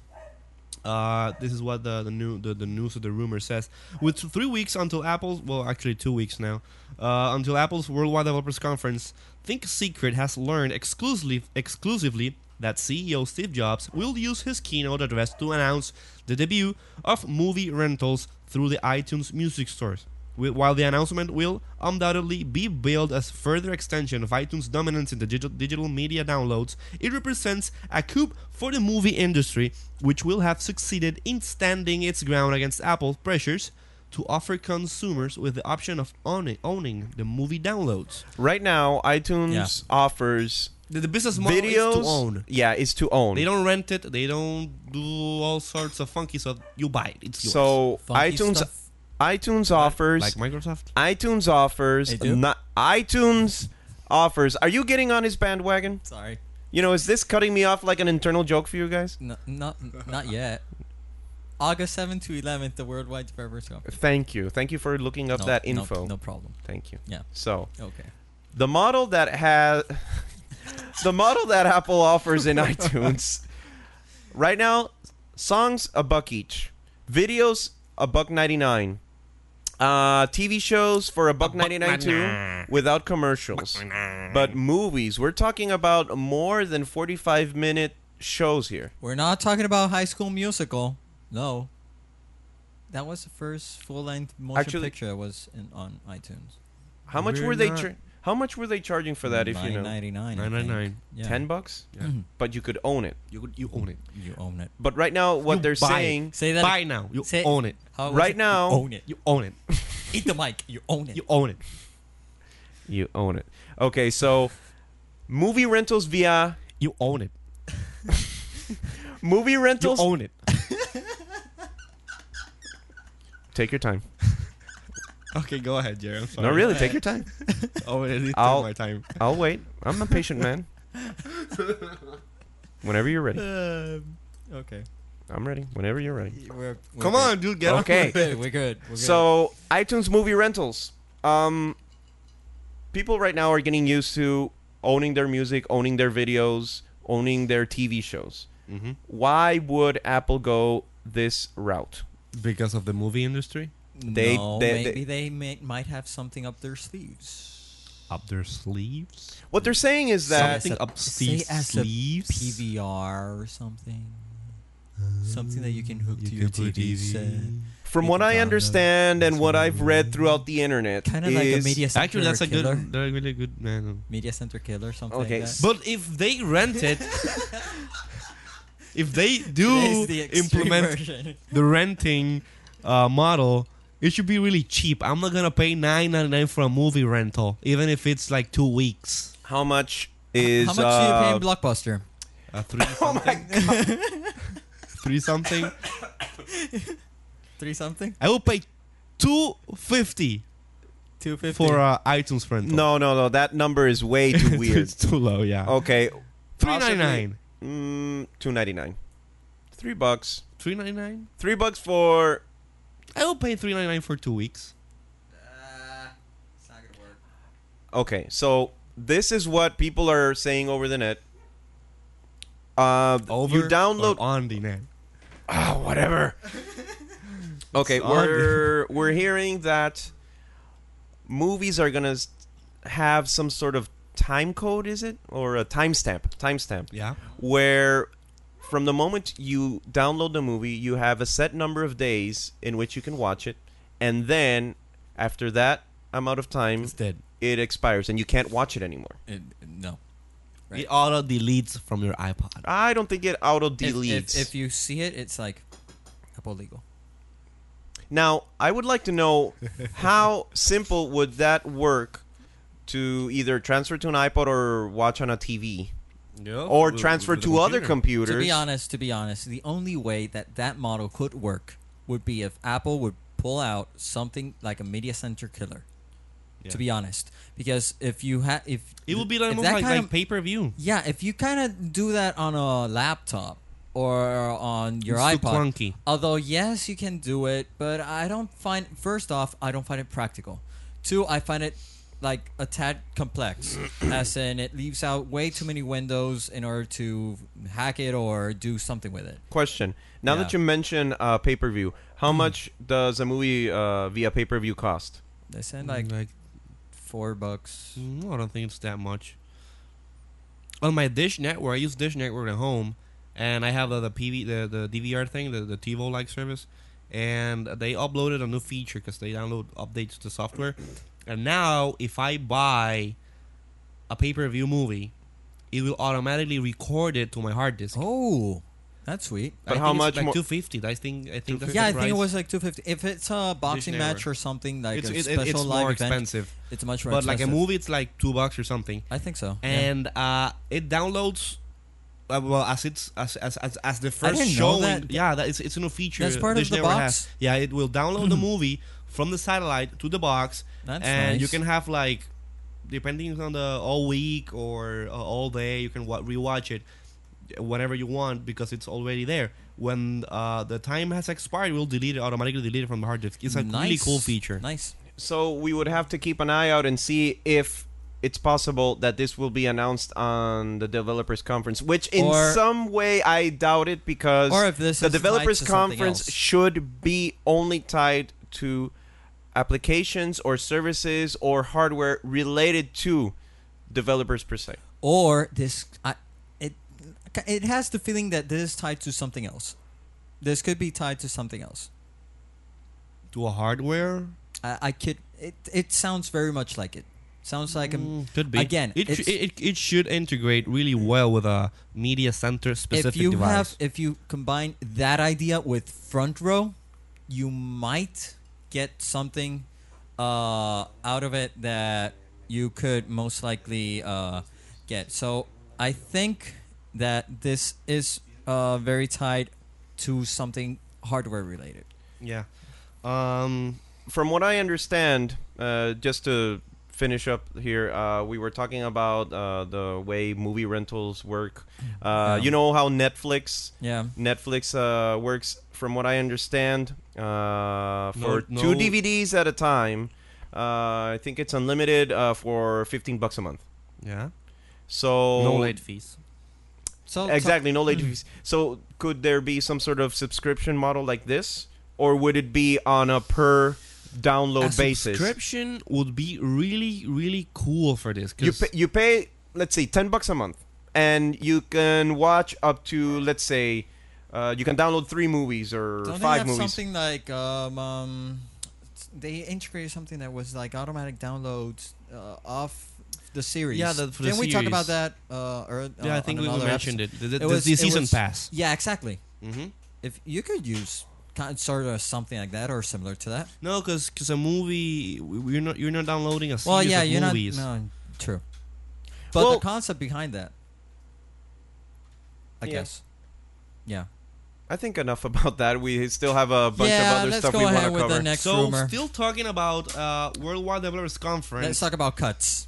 Speaker 3: Uh, this is what the, the new the, the news of the rumor says. With three weeks until Apple's well, actually two weeks now, uh, until Apple's Worldwide Developers Conference, ThinkSecret has learned exclusively exclusively that CEO Steve Jobs will use his keynote address to announce the debut of movie rentals through the iTunes Music stores. Whi- While the announcement will undoubtedly be billed as further extension of iTunes' dominance in the digital, digital media downloads, it represents a coup for the movie industry, which will have succeeded in standing its ground against Apple's pressures to offer consumers with the option of owning, owning the movie downloads.
Speaker 1: Right now, iTunes
Speaker 2: Yeah.
Speaker 1: offers
Speaker 3: The, the business model
Speaker 1: videos.
Speaker 3: is to own.
Speaker 1: Yeah, it's to own.
Speaker 3: They don't rent it. They don't do all sorts of funky stuff. You buy it. It's yours.
Speaker 1: so
Speaker 2: Funky
Speaker 1: iTunes
Speaker 2: stuff.
Speaker 1: iTunes offers
Speaker 3: like Microsoft.
Speaker 1: iTunes offers
Speaker 2: They do?
Speaker 1: not iTunes offers. Are you getting on his bandwagon?
Speaker 2: Sorry.
Speaker 1: You know, is this cutting me off like an internal joke for you guys?
Speaker 2: No, not not yet. August 7th to 11th, the Worldwide Developers Conference.
Speaker 1: Thank you. Thank you for looking up
Speaker 2: No,
Speaker 1: that
Speaker 2: no-
Speaker 1: info.
Speaker 2: No, problem.
Speaker 1: Thank you.
Speaker 2: Yeah.
Speaker 1: So,
Speaker 2: Okay.
Speaker 1: <laughs>
Speaker 2: <laughs>
Speaker 1: the model that has the model that Apple offers in iTunes Right now, songs a buck each, videos a buck ninety nine, uh, TV shows for a buck ninety nine too, without commercials. But movies, we're talking about more than forty five minute shows here.
Speaker 2: We're not talking about High School Musical. No. That was the first full-length motion
Speaker 1: Actually-
Speaker 2: picture was in, on iTunes.
Speaker 1: How much
Speaker 3: We're
Speaker 1: were they?
Speaker 3: not-
Speaker 1: Char- how much were they charging for that? If you know,
Speaker 2: 999, I think.
Speaker 3: 999.
Speaker 2: Yeah.
Speaker 1: ten bucks,
Speaker 3: Yeah. Mm-hmm.
Speaker 1: but you could own it.
Speaker 3: You could- you own it.
Speaker 2: You own it.
Speaker 1: But right now, what
Speaker 3: You
Speaker 1: they're
Speaker 3: buy it.
Speaker 1: saying,
Speaker 2: Say that.
Speaker 3: Buy now. You
Speaker 2: Say-
Speaker 3: own it.
Speaker 2: How was
Speaker 1: Right
Speaker 2: it? You
Speaker 1: now-
Speaker 2: own it.
Speaker 3: You own it.
Speaker 2: Eat the mic. You own it.
Speaker 3: You own it.
Speaker 1: you own it. Okay, so movie rentals via
Speaker 3: You own it.
Speaker 1: movie
Speaker 3: You
Speaker 1: rentals.
Speaker 3: own it.
Speaker 1: take your time.
Speaker 3: Okay, go ahead, Jerry. I'm sorry.
Speaker 1: No,
Speaker 3: <laughs>
Speaker 1: really, take your time.
Speaker 3: Oh, it took
Speaker 1: I'll-
Speaker 3: my time.
Speaker 1: I'll wait. I'm a patient
Speaker 3: <laughs>
Speaker 1: man. Whenever you're ready,
Speaker 2: Um, okay.
Speaker 1: I'm ready. Whenever you're ready.
Speaker 2: We're, we're
Speaker 3: Come
Speaker 2: good.
Speaker 3: on, dude. Get
Speaker 1: Okay.
Speaker 2: We're good. We're good. We're good.
Speaker 1: So iTunes movie rentals. Um, people right now are getting used to owning their music, owning their videos, owning their TV shows.
Speaker 3: Mm-hmm.
Speaker 1: Why would Apple go this route?
Speaker 3: Because of the movie industry?
Speaker 1: they-
Speaker 2: no,
Speaker 1: they-
Speaker 2: maybe they, may, might have something up their sleeves.
Speaker 3: Up their sleeves?
Speaker 1: What they're saying is that
Speaker 3: Something
Speaker 2: as a-
Speaker 3: up
Speaker 2: say
Speaker 3: Steve's
Speaker 2: as a
Speaker 3: sleeves?
Speaker 2: PVR or something. Something that you can hook to
Speaker 3: You
Speaker 2: your uh,
Speaker 3: can put
Speaker 2: TV
Speaker 3: TV.
Speaker 2: set.
Speaker 1: from what I understand and what I've read throughout the internet,
Speaker 2: Kind of
Speaker 1: is,
Speaker 2: like a media center
Speaker 3: Actually, that's a
Speaker 2: killer.
Speaker 3: good, they're a really good man.
Speaker 2: media center killer something.
Speaker 1: Okay,
Speaker 2: Like
Speaker 1: s-
Speaker 2: that.
Speaker 3: But if they rent it,
Speaker 2: <laughs>
Speaker 3: if they do
Speaker 2: Today's the extreme
Speaker 3: implement
Speaker 2: version.
Speaker 3: <laughs> the renting uh, model, it should be really cheap. I'm not gonna pay nine ninety nine for a movie rental, even if it's like two weeks.
Speaker 1: How much is
Speaker 2: How much
Speaker 1: uh,
Speaker 2: do you pay in Blockbuster?
Speaker 3: Uh, three
Speaker 1: <laughs> Oh my
Speaker 3: something, <laughs> three something.
Speaker 2: Three something?
Speaker 3: I will pay two fifty
Speaker 2: Two fifty.
Speaker 3: for uh, iTunes rental. <laughs>
Speaker 1: No, no, no. That number is way
Speaker 2: <laughs>
Speaker 1: too weird. Oh,
Speaker 3: it's too low. Yeah,
Speaker 1: Okay,
Speaker 3: three ninety nine.
Speaker 1: mm, two ninety nine, three bucks,
Speaker 3: Three ninety nine.
Speaker 1: three bucks for
Speaker 3: I will pay three ninety nine for two weeks.
Speaker 2: it's not gonna work.
Speaker 1: Okay, so this is what people are saying over the net. Uh,
Speaker 3: Over
Speaker 1: you download.
Speaker 3: or on the net.
Speaker 1: Oh,
Speaker 3: <laughs>
Speaker 1: whatever. okay,
Speaker 3: on. <laughs>
Speaker 1: we're we're hearing that movies are gonna s- have some sort of time code, is it, or a timestamp? Timestamp
Speaker 3: Yeah.
Speaker 1: where from the moment you download the movie, you have a set number of days in which you can watch it, and then after that amount of time,
Speaker 3: It's dead.
Speaker 1: it expires and you can't watch it anymore.
Speaker 2: It, no. Right.
Speaker 3: It auto deletes from your iPod.
Speaker 1: I don't think it auto
Speaker 2: If-
Speaker 1: deletes.
Speaker 2: If, if you see it, it's like Apple legal.
Speaker 1: now, I would like to know how simple would that work to either transfer to an iPod or watch on a TV or transfer to other computers.
Speaker 2: To be honest, to be honest, the only way that that model could work would be if Apple would pull out something like a media center killer.
Speaker 3: Yeah.
Speaker 2: To be honest, because if you have if
Speaker 3: It will be like
Speaker 2: if
Speaker 3: almost
Speaker 2: that
Speaker 3: like,
Speaker 2: kind
Speaker 3: like
Speaker 2: of-
Speaker 3: pay per view.
Speaker 2: yeah, if you kind of do that on a laptop or on your
Speaker 3: It's too
Speaker 2: iPod,
Speaker 3: clunky.
Speaker 2: Although yes, you can do it, but I don't find first off, I don't find it practical. Two, I find it like a tad
Speaker 3: <coughs>
Speaker 2: complex, as in it leaves out way too many windows in order to hack it or do something with it.
Speaker 1: Question. Now
Speaker 2: Yeah. Mm-hmm.
Speaker 1: that you mention uh, pay per view, how much does a movie uh, via pay per view cost?
Speaker 2: They send like
Speaker 3: like
Speaker 2: four bucks.
Speaker 3: mm, I don't think it's that much. On my Dish Network, I use Dish Network at home, and I have the, the PV the, the DVR thing, the the TiVo like service, and they uploaded a new feature because they download updates to software, and now if I buy a pay per view movie, it will automatically record it to my hard disk.
Speaker 2: Oh, that's sweet.
Speaker 3: I
Speaker 1: But how
Speaker 3: think it's
Speaker 1: much
Speaker 3: Like
Speaker 1: more-
Speaker 3: two fifty. I think. I think that's
Speaker 2: Yeah, I
Speaker 3: the
Speaker 2: think it
Speaker 3: price.
Speaker 2: was like two fifty. If it's a boxing
Speaker 3: Disney
Speaker 2: match
Speaker 3: Hour.
Speaker 2: or something like
Speaker 3: It's,
Speaker 2: a
Speaker 3: it- it-
Speaker 2: special
Speaker 3: it's
Speaker 2: live
Speaker 3: more
Speaker 2: event,
Speaker 3: expensive.
Speaker 2: it's much more
Speaker 3: But like a
Speaker 2: expensive.
Speaker 3: movie, it's like two bucks or something,
Speaker 2: I think so. yeah.
Speaker 3: and uh, it downloads. Uh, well, as it's as as as, as the first
Speaker 2: didn't know
Speaker 3: showing,
Speaker 2: that.
Speaker 3: yeah, that is, it's a new feature.
Speaker 2: That's part of
Speaker 3: Dish
Speaker 2: the
Speaker 3: Network
Speaker 2: box?
Speaker 3: has. Yeah, it will download the
Speaker 2: <clears throat>
Speaker 3: movie from the satellite to the box,
Speaker 2: That's
Speaker 3: and you
Speaker 2: nice.
Speaker 3: can have like, depending on the all week or uh, all day, you can wa- rewatch it whenever you want because it's already there. When uh, the time has expired, we'll delete it automatically. Delete it from the hard disk. It's a really
Speaker 2: Nice.
Speaker 3: cool feature.
Speaker 2: Nice.
Speaker 1: So we would have to keep an eye out and see if it's possible that this will be announced on the developers conference, which in
Speaker 2: Or-
Speaker 1: some way I doubt it because
Speaker 2: Or if this
Speaker 1: the
Speaker 2: is tied
Speaker 1: developers
Speaker 2: to something
Speaker 1: conference
Speaker 2: else.
Speaker 1: should be only tied to applications or services or hardware related to developers per se.
Speaker 2: or this I, it it has the feeling that this is tied to something else this could be tied to something else
Speaker 3: to a hardware.
Speaker 2: i, I could it, it sounds very much like it sounds like a
Speaker 3: Mm, could be
Speaker 2: Again,
Speaker 3: It, sh-
Speaker 2: it's-
Speaker 3: it, it should integrate really well with a media center specific
Speaker 2: if you
Speaker 3: device.
Speaker 2: have if you combine that idea with front row you might get something uh, out of it that you could most likely uh, get so i think that this is uh, very tied to something hardware related
Speaker 3: yeah. Um.
Speaker 1: From what I understand, uh, just to finish up here, uh, we were talking about uh, the way movie rentals work. Uh,
Speaker 2: Yeah.
Speaker 1: You know how Netflix
Speaker 2: yeah
Speaker 1: Netflix uh, works, from what I understand, uh, for
Speaker 3: No-
Speaker 1: two
Speaker 3: no-
Speaker 1: DVDs at a time. Uh, I think it's unlimited uh, for fifteen bucks a month.
Speaker 3: Yeah.
Speaker 1: So
Speaker 3: no late fees. Mm.
Speaker 2: so so-
Speaker 1: exactly no late fees. So could there be some sort of subscription model like this, or would it be on a per download
Speaker 3: a
Speaker 1: basis?
Speaker 3: subscription would be really really cool for this.
Speaker 1: You
Speaker 3: 'cause-
Speaker 1: pay, you pay let's say ten bucks a month, and you can watch up to let's say. Uh, you can download three movies or five
Speaker 2: Don't they have
Speaker 1: movies.
Speaker 2: something like um, um, they integrated something that was like automatic downloads uh, off the series.
Speaker 3: Yeah, the- for the
Speaker 2: didn't we talk
Speaker 3: series.
Speaker 2: about that? Uh, or,
Speaker 3: yeah, I think we mentioned it. The, the,
Speaker 2: It was-
Speaker 3: the
Speaker 2: it
Speaker 3: season
Speaker 2: was-
Speaker 3: pass.
Speaker 2: Yeah, exactly.
Speaker 3: Mm-hmm.
Speaker 2: If you could use kind of sort of something like that or similar to that.
Speaker 3: No, because a movie we- you're not you're not downloading a series
Speaker 2: Well, yeah,
Speaker 3: of
Speaker 2: you're
Speaker 3: movies.
Speaker 2: not. No, true. But
Speaker 1: Well-
Speaker 2: the concept behind that, I
Speaker 1: Yeah.
Speaker 2: guess. Yeah.
Speaker 1: I think enough about that. We still have a bunch
Speaker 2: yeah.
Speaker 1: of other
Speaker 2: let's
Speaker 1: stuff we
Speaker 2: go
Speaker 1: want
Speaker 2: ahead
Speaker 1: to
Speaker 2: with
Speaker 1: cover.
Speaker 2: the next
Speaker 3: so
Speaker 2: rumor.
Speaker 3: still talking about uh, Worldwide Developers Conference.
Speaker 2: Let's talk about cuts.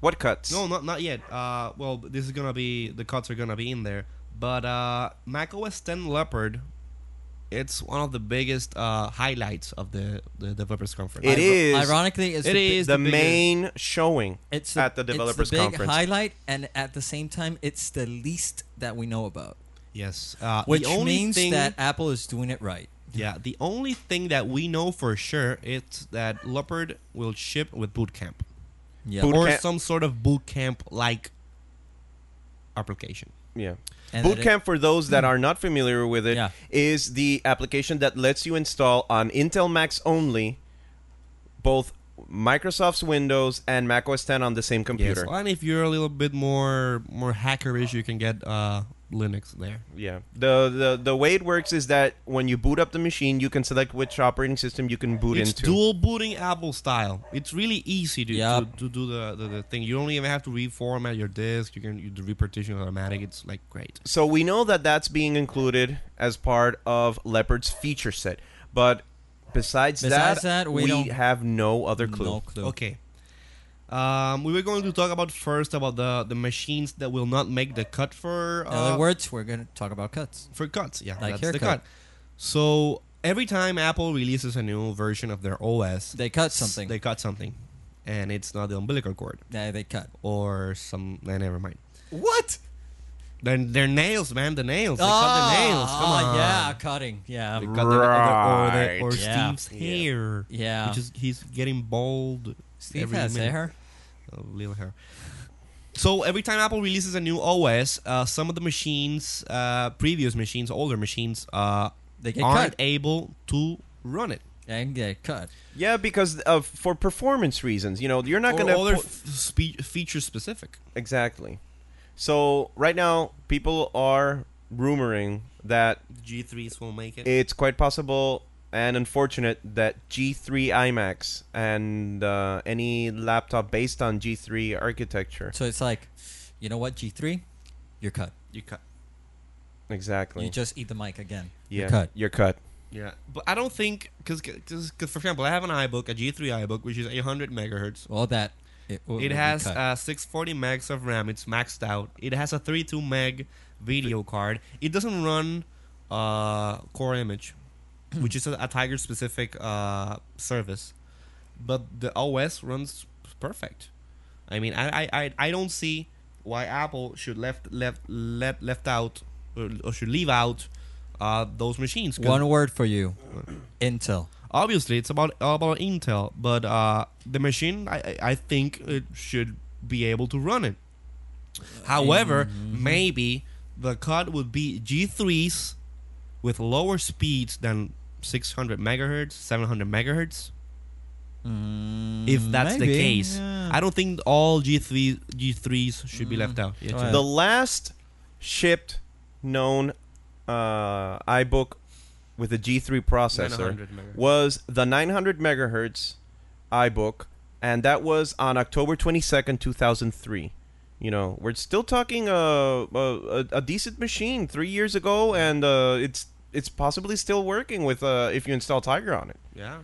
Speaker 1: what cuts?
Speaker 3: No, not not yet. Uh, well, this is gonna be the cuts are gonna be in there. But uh, Mac OS 10 Leopard, it's one of the biggest uh, highlights of the, the developers conference.
Speaker 1: It is
Speaker 2: Ironically, it's
Speaker 3: It
Speaker 2: the,
Speaker 3: is
Speaker 1: the,
Speaker 3: the biggest-
Speaker 1: main showing.
Speaker 2: it's
Speaker 1: at the developers
Speaker 2: it's the big
Speaker 1: conference.
Speaker 2: highlight and at the same time it's the least that we know about
Speaker 3: Yes, uh,
Speaker 2: which
Speaker 3: the only
Speaker 2: means
Speaker 3: thing,
Speaker 2: that apple is doing it right
Speaker 3: yeah, the only thing that we know for sure is that Leopard will ship with Boot camp
Speaker 2: yeah
Speaker 1: Boot-
Speaker 3: or
Speaker 1: camp-
Speaker 3: some sort of Boot camp like application.
Speaker 1: Yeah.
Speaker 2: And that it-
Speaker 1: Bootcamp, for those that are not familiar with it, is
Speaker 2: Yeah.
Speaker 1: the application that lets you install on Intel Macs only both Microsoft's Windows and Mac OS 10 on the same computer.
Speaker 3: Yes, and if you're a little bit more more hackerish, you can get uh, Linux there.
Speaker 1: Yeah. The, the the way it works is that when you boot up the machine, you can select which operating system you can boot
Speaker 3: it's
Speaker 1: into.
Speaker 3: dual booting Apple style. It's really easy to,
Speaker 2: Yeah.
Speaker 3: to, to do the, the, the thing. You don't even have to reformat your disk. You can you do repartition automatic. It's like great.
Speaker 1: So we know that that's being included as part of Leopard's feature set, but besides,
Speaker 2: Besides that, we don't-
Speaker 1: have no other clue.
Speaker 2: no clue
Speaker 3: Okay. Um, we were going to talk about first about the, the machines that will not make the cut for
Speaker 2: in
Speaker 3: uh,
Speaker 2: other words we're going to talk about cuts
Speaker 3: for cuts. Yeah,
Speaker 2: Like
Speaker 3: that's the
Speaker 2: haircut.
Speaker 3: cut. So every time Apple releases a new version of their OS,
Speaker 2: they cut something
Speaker 3: They cut something, and it's not the umbilical cord
Speaker 2: yeah, they cut
Speaker 3: or some. Nah, never mind.
Speaker 2: what
Speaker 3: They're, they're nails, man. The nails. They
Speaker 2: ah,
Speaker 3: cut the nails. Come
Speaker 2: ah,
Speaker 3: on.
Speaker 2: yeah cutting yeah
Speaker 3: They cut the, or, the-
Speaker 1: Right.
Speaker 3: or
Speaker 2: Yeah.
Speaker 3: Steve's
Speaker 1: Yeah.
Speaker 3: hair.
Speaker 2: yeah
Speaker 3: Which is he's getting bald.
Speaker 2: steve
Speaker 3: every
Speaker 2: has
Speaker 3: minute.
Speaker 2: hair
Speaker 3: Oh, little hair. So every time Apple releases a new OS, uh, some of the machines, uh, previous machines, older machines, uh,
Speaker 2: they get
Speaker 3: aren't
Speaker 2: cut
Speaker 3: able to run it.
Speaker 2: and get cut
Speaker 1: Yeah, because of for performance reasons, you know, you're not
Speaker 3: or
Speaker 1: going to
Speaker 3: other f- spe- feature specific.
Speaker 1: exactly. So right now, people are rumoring that
Speaker 3: G3s will make it.
Speaker 1: it's quite possible and unfortunate that G3 iMacs and uh, any laptop based on G3 architecture
Speaker 2: so it's like you know what g3 you're cut
Speaker 3: You cut.
Speaker 1: exactly
Speaker 2: you just eat the mic again
Speaker 1: yeah
Speaker 2: you're cut
Speaker 1: you're cut
Speaker 3: Yeah, but I don't think because because for example, I have an iBook, a G3 iBook, which is 800 megahertz.
Speaker 2: well that it, will- will
Speaker 3: It
Speaker 2: be
Speaker 3: has
Speaker 2: Oh, cut.
Speaker 3: uh, 640 megs of RAM. It's maxed out. It has a 32 meg video card. It doesn't run uh, Core Image, which is a, a Tiger specific uh, service, but the OS runs perfect. I mean, I I, I, I don't see why Apple should left left let left out or, or should leave out uh, those machines. 'cause
Speaker 2: One word for you, Intel.
Speaker 3: obviously it's about all about Intel, but uh, the machine I, I- I think it should be able to run it. However,
Speaker 2: Mm-hmm.
Speaker 3: maybe the cut would be G3s with lower speeds than 600 megahertz, 700 megahertz. If that's the
Speaker 2: Mm, maybe,
Speaker 3: case,
Speaker 2: yeah. Mm.
Speaker 3: I don't think all G3 G3s should be left out. Yeah,
Speaker 2: Well,
Speaker 3: sure.
Speaker 1: The last shipped known uh, iBook with a G3 processor
Speaker 3: 900 megahertz.
Speaker 1: was the 900 megahertz iBook, and that was on October 22nd, 2003. You know, we're still talking uh, a a, a decent machine three years ago, and uh, it's it's possibly still working with uh, if you install Tiger on it.
Speaker 3: Yeah.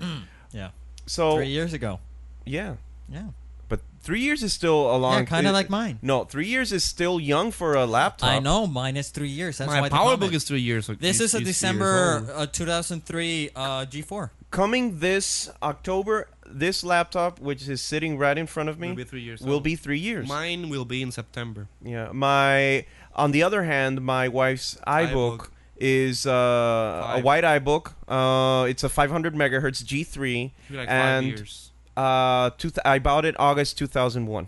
Speaker 2: Yeah,
Speaker 1: So
Speaker 2: three years ago.
Speaker 1: yeah,
Speaker 2: Yeah,
Speaker 1: but three years is still a long.
Speaker 2: yeah, kind
Speaker 1: it-
Speaker 2: of like mine.
Speaker 1: No, three years is still young for a laptop.
Speaker 2: I know mine is three years. That's
Speaker 3: My
Speaker 2: why the
Speaker 3: PowerBook
Speaker 2: comment.
Speaker 3: is three years. ag-
Speaker 2: This is a
Speaker 3: years
Speaker 2: December
Speaker 3: old.
Speaker 2: uh, 2003 uh, G4.
Speaker 1: coming this October, this laptop, which is sitting right in front of me,
Speaker 3: Will be three years
Speaker 1: will
Speaker 3: old.
Speaker 1: be three years.
Speaker 3: Mine will be in September.
Speaker 1: yeah, my. On the other hand, my wife's iBook,
Speaker 3: iBook.
Speaker 1: is uh, a
Speaker 3: Five.
Speaker 1: white iBook. Uh, it's a 500 megahertz G3,
Speaker 3: Should be like
Speaker 1: and
Speaker 3: five years.
Speaker 1: uh, two th- I bought it August 2001.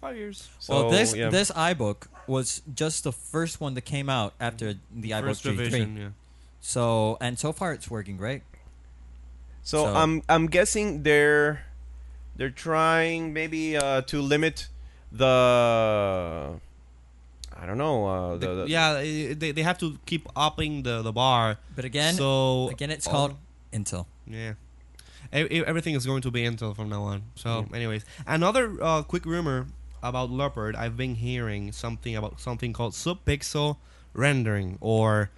Speaker 3: Five years.
Speaker 1: So
Speaker 2: well, this
Speaker 1: yeah.
Speaker 2: this iBook was just the first one that came out after the iBook
Speaker 3: First
Speaker 2: G3.
Speaker 3: revision, yeah.
Speaker 2: So and so far it's working great.
Speaker 1: So,
Speaker 2: So-
Speaker 1: I'm I'm guessing they're they're trying maybe uh, to limit the I don't know uh, the, the-
Speaker 3: yeah, eh, they, they have to keep upping the, the bar.
Speaker 2: But again,
Speaker 3: so
Speaker 2: again it's
Speaker 3: all-
Speaker 2: called Intel.
Speaker 3: yeah. E- e- Everything is going to be Intel from now on. So, anyways, another uh, quick rumor about Leopard. I've been hearing something about something called subpixel rendering, or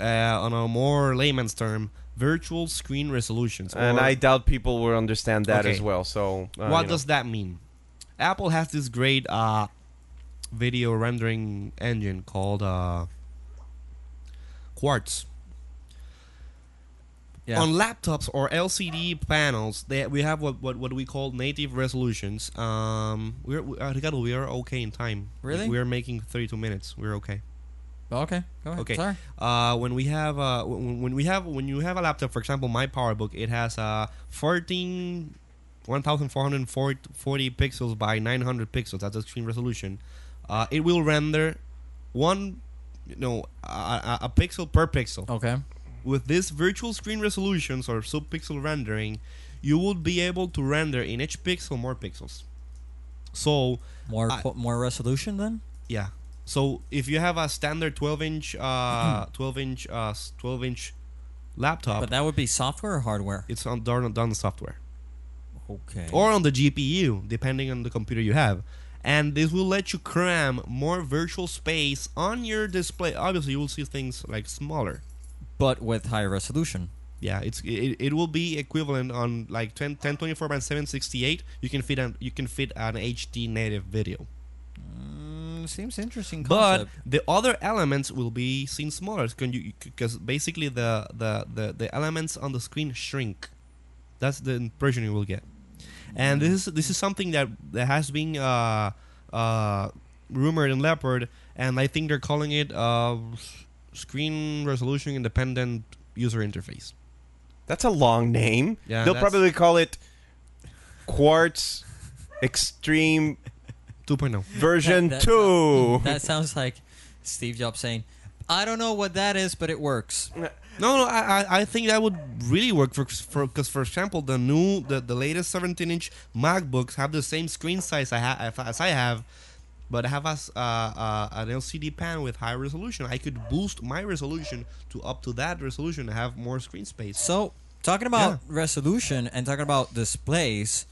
Speaker 3: uh, on a more layman's term, virtual screen resolutions.
Speaker 1: and
Speaker 3: or-
Speaker 1: I doubt people will understand that
Speaker 3: Okay.
Speaker 1: as well. So uh,
Speaker 3: what
Speaker 1: you know.
Speaker 3: does that mean? Apple has this great uh, video rendering engine called uh, Quartz.
Speaker 2: Yeah.
Speaker 3: On laptops or LCD panels, they, we have what, what what we call native resolutions. Um, we're we, uh, Ricardo, we are okay in time.
Speaker 2: Really?
Speaker 3: we are making thirty-two minutes. We're okay.
Speaker 2: okay, go ahead.
Speaker 3: Okay.
Speaker 2: Sorry.
Speaker 3: Uh, when we have uh, when, when we have when you have a laptop, for example, my PowerBook, it has uh 14 1440 pixels by 900 pixels. That's the screen resolution. Uh, it will render one no a, a, a pixel per pixel.
Speaker 2: Okay.
Speaker 3: With this virtual screen resolutions or subpixel rendering, you would be able to render in each pixel more pixels. So,
Speaker 2: More
Speaker 3: I-
Speaker 2: po- more resolution then?
Speaker 3: yeah. So if you have a standard 12 inch, uh, 12 inch, uh, s- 12 inch laptop,
Speaker 2: But that would be software or hardware?
Speaker 3: it's on done on done software
Speaker 2: Okay.
Speaker 3: or on the GPU, depending on the computer you have. And this will let you cram more virtual space on your display. Obviously, you will see things like smaller.
Speaker 2: but with higher resolution.
Speaker 3: Yeah, it's it, it will be equivalent on like 10, 1024 by 768. You can fit an you can fit an HD native video.
Speaker 2: Mm, seems interesting
Speaker 3: but
Speaker 2: concept.
Speaker 3: the other elements will be seen smaller because basically the, the, the, the elements on the screen shrink that's the impression you will get and this is this is something that, that has been uh, uh, rumored in leopard and i think they're calling it uh, s- screen resolution independent user interface
Speaker 1: That's a long name.
Speaker 3: Yeah,
Speaker 1: They'll
Speaker 3: that's-
Speaker 1: probably call it Quartz Extreme
Speaker 3: 2.0
Speaker 1: Version
Speaker 2: that-
Speaker 1: Two.
Speaker 2: that sounds like Steve Jobs saying, "I don't know what that is, but it works."
Speaker 3: No, no, I, I- I think that would really work for for because for example the new the, the latest 17 inch MacBooks have the same screen size I have as I have, but have as uh, uh, an LCD pan with high resolution. I could boost my resolution to up to that resolution and have more screen space.
Speaker 2: So, talking about resolution and talking about displays,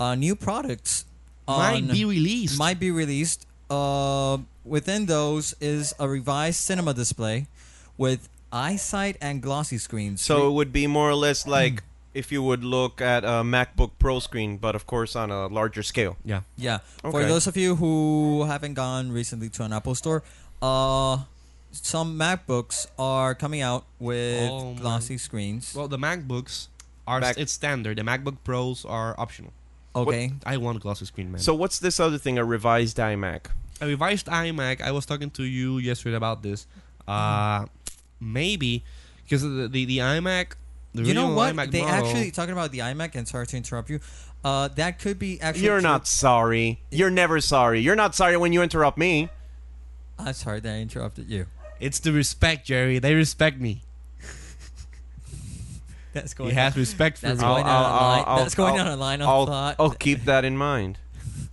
Speaker 2: uh, new products on,
Speaker 3: Might be released.
Speaker 2: might be released. Uh, within those is a revised cinema display with eyesight and glossy
Speaker 1: <laughs>
Speaker 2: screens.
Speaker 1: So it would be more or less like if you would look at a MacBook Pro screen, but of course on a larger scale.
Speaker 3: yeah,
Speaker 2: Yeah. For
Speaker 1: Okay.
Speaker 2: those of you who haven't gone recently to an Apple store, uh, some MacBooks are coming out with
Speaker 3: Oh, man.
Speaker 2: glossy screens.
Speaker 3: well the MacBooks are
Speaker 1: Mac-
Speaker 3: it's standard. The MacBook Pros are optional.
Speaker 2: Okay.
Speaker 3: I want glossy screen, man.
Speaker 1: So what's this other thing? A revised iMac?
Speaker 3: a revised iMac. I was talking to you yesterday about this.
Speaker 2: Mm-hmm.
Speaker 3: Uh maybe because the, the the iMac. The
Speaker 2: you know
Speaker 3: original
Speaker 2: what?
Speaker 3: iMac
Speaker 2: they
Speaker 3: model-
Speaker 2: actually talking about the iMac. And sorry to interrupt you. Uh, that could be actually.
Speaker 1: You're
Speaker 2: true.
Speaker 1: not sorry. You're never sorry. You're not sorry when you interrupt me.
Speaker 2: I'm sorry that I interrupted you. <laughs>
Speaker 3: It's the respect, Jerry. They respect me.
Speaker 2: That's going.
Speaker 3: He has respect for
Speaker 2: That's
Speaker 3: me.
Speaker 2: going
Speaker 1: I'll-
Speaker 2: out
Speaker 1: I'll-
Speaker 2: online.
Speaker 1: I'll-
Speaker 2: That's going
Speaker 1: I'll-
Speaker 2: out online on
Speaker 1: I'll,
Speaker 2: thought.
Speaker 1: I'll keep that in mind.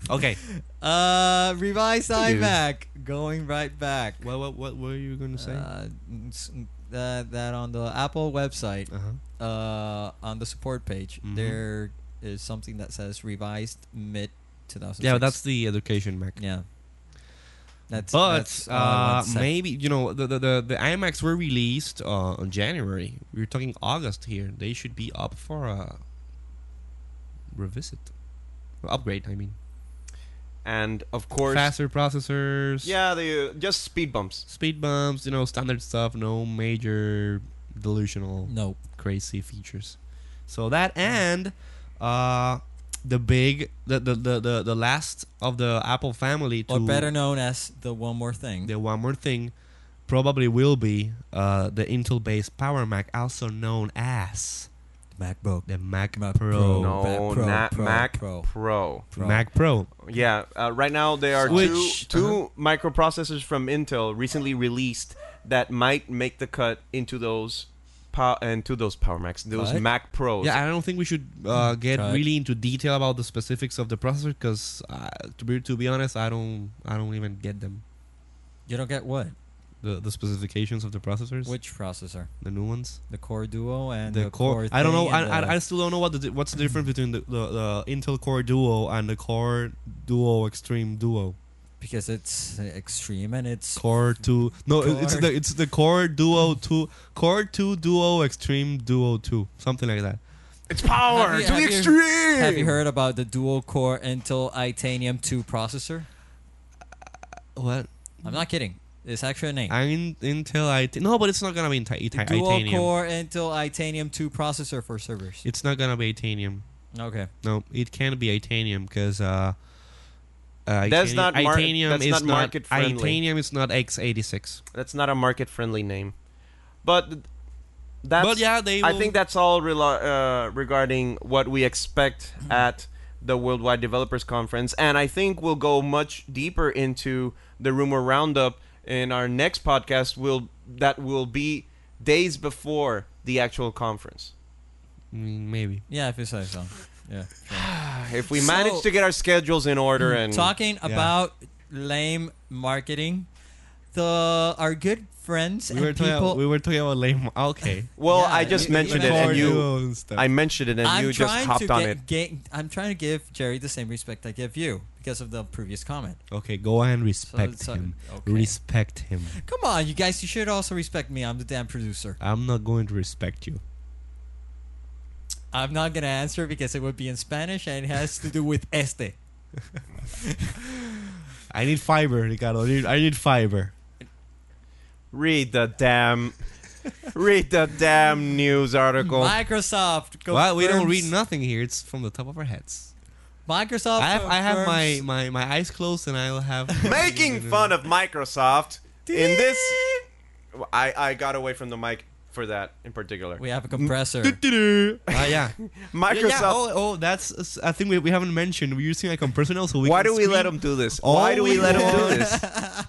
Speaker 3: Okay.
Speaker 2: Uh, revised
Speaker 3: Thank you.
Speaker 2: iMac. Going right back.
Speaker 3: What what what were you gonna say?
Speaker 2: Uh, s- that that on the Apple website,
Speaker 3: huh.
Speaker 2: uh, on the support page,
Speaker 3: Mhm.
Speaker 2: there is something that says revised mid 2006.
Speaker 3: Yeah, but that's the education Mac.
Speaker 2: yeah. That's
Speaker 3: but
Speaker 2: that's all I
Speaker 3: uh,
Speaker 2: want to say.
Speaker 3: maybe you know the the, the, the iMacs were released uh, on January. We're talking August here. They should be up for a revisit, upgrade. I mean,
Speaker 1: And of course,
Speaker 3: faster processors.
Speaker 1: yeah, the just speed bumps.
Speaker 3: speed bumps, you know, standard stuff, no major delusional
Speaker 2: no.
Speaker 3: crazy features. So that and uh the big the the the the, the last of the Apple family to
Speaker 2: Or better known as the one more thing.
Speaker 3: the one more thing probably will be uh the Intel based Power Mac also known as
Speaker 2: MacBook.
Speaker 3: the Mac,
Speaker 2: Mac
Speaker 3: Oh, Pro.
Speaker 2: Pro.
Speaker 1: no,
Speaker 2: Mac Pro,
Speaker 1: not
Speaker 2: Pro,
Speaker 1: Mac
Speaker 2: Pro.
Speaker 1: Pro.
Speaker 2: Pro.
Speaker 3: Mac Pro.
Speaker 1: Yeah, uh, right now there are
Speaker 3: Which-
Speaker 1: two, 2 microprocessors from Intel recently released that might make the cut into those pow- into those Power Macs, those
Speaker 2: Right.
Speaker 1: Mac Pros.
Speaker 3: Yeah, I don't think we should uh, get
Speaker 2: Oh, Hmm. Try it.
Speaker 3: really into detail about the specifics of the processor because, uh, to be to be honest, I don't I don't even get them.
Speaker 2: You don't get what?
Speaker 3: the, the specifications of the processors,
Speaker 2: Which processor?
Speaker 3: the new ones,
Speaker 2: The Core Duo and
Speaker 3: the, core. I don't
Speaker 2: thing
Speaker 3: know. I,
Speaker 2: and the-
Speaker 3: I, I still don't know what the di- what's the difference between the, the, the Intel Core Duo and the Core Duo Extreme Duo.
Speaker 2: because it's uh, extreme and it's
Speaker 3: Core two. No, it- it's
Speaker 2: Core.
Speaker 3: the it's the Core Duo two. Core two Duo Extreme Duo two. Something like that.
Speaker 1: It's power
Speaker 2: Have you-
Speaker 1: to the
Speaker 2: have you-
Speaker 1: extreme.
Speaker 2: Have you heard about the dual core Intel Itanium 2 processor?
Speaker 3: What?
Speaker 2: I'm not kidding. It's actually a name.
Speaker 3: I mean, Intel IT. No, but it's not gonna be ita- ita-
Speaker 2: dual
Speaker 3: Itanium.
Speaker 2: core Intel Itanium 2 processor for servers.
Speaker 3: It's not gonna be Itanium.
Speaker 2: Okay.
Speaker 3: No, it can't be Itanium because. Uh, uh,
Speaker 1: That's
Speaker 3: Itanium-
Speaker 1: not mar-
Speaker 3: Itanium
Speaker 1: that's
Speaker 3: is
Speaker 1: not market friendly.
Speaker 3: Itanium is not x86.
Speaker 1: That's not a market-friendly name, but th- that's.
Speaker 3: but yeah, they.
Speaker 1: I
Speaker 3: will-
Speaker 1: think that's all rela- uh, regarding what we expect at the Worldwide Developers Conference, and I think we'll go much deeper into the rumor roundup in our next podcast. Will that will be days before the actual conference?
Speaker 3: Mm, maybe.
Speaker 2: Yeah, if you say so. Yeah. sure.
Speaker 1: If we
Speaker 2: Ah, So- Hmm,
Speaker 1: manage to get our schedules in order and
Speaker 2: Talking about lame marketing, the our good friends
Speaker 3: We were
Speaker 2: and
Speaker 3: talking.
Speaker 2: people.
Speaker 3: About, we were talking about lame.
Speaker 1: <laughs>
Speaker 3: Okay.
Speaker 1: well,
Speaker 2: Yeah,
Speaker 1: I just
Speaker 2: you-
Speaker 1: mentioned
Speaker 2: you
Speaker 1: it, and
Speaker 2: mentioned
Speaker 1: you.
Speaker 3: Cardio and stuff.
Speaker 1: I mentioned it, and
Speaker 2: I'm
Speaker 1: you just
Speaker 2: trying
Speaker 1: hopped
Speaker 2: to
Speaker 1: on
Speaker 2: get,
Speaker 1: it.
Speaker 2: ga- I'm trying to give Jerry the same respect I give you because of the previous comment.
Speaker 3: okay, go ahead and respect
Speaker 2: so-
Speaker 3: him.
Speaker 2: okay.
Speaker 3: Respect him.
Speaker 2: Come on, you guys, you should also respect me. I'm the damn producer.
Speaker 3: I'm not going to respect you.
Speaker 2: I'm not gonna answer because it would be in Spanish and it has to do with este.
Speaker 3: I need fiber, Ricardo. I need, I need fiber.
Speaker 1: Read the damn. read the damn
Speaker 2: <laughs>
Speaker 1: news article.
Speaker 2: Microsoft.
Speaker 3: Well, we don't read
Speaker 2: confirms-
Speaker 3: nothing here. It's from the top of our heads.
Speaker 2: Microsoft.
Speaker 3: I have, I have my,
Speaker 2: confirms-
Speaker 3: my, my eyes closed, and I'll have
Speaker 1: <laughs>
Speaker 3: <laughs>
Speaker 1: making fun of Microsoft in this. I, I got away from the mic for that in particular.
Speaker 2: We have a compressor.
Speaker 3: Oh yeah,
Speaker 1: Microsoft.
Speaker 3: Yeah, oh, oh, that's. I think we, we haven't mentioned we're using like a personnel. So we
Speaker 1: why
Speaker 3: can
Speaker 1: do we let
Speaker 3: scream.
Speaker 1: them do this?
Speaker 3: all
Speaker 1: Why do we
Speaker 3: we
Speaker 1: let them do
Speaker 3: want.
Speaker 1: this?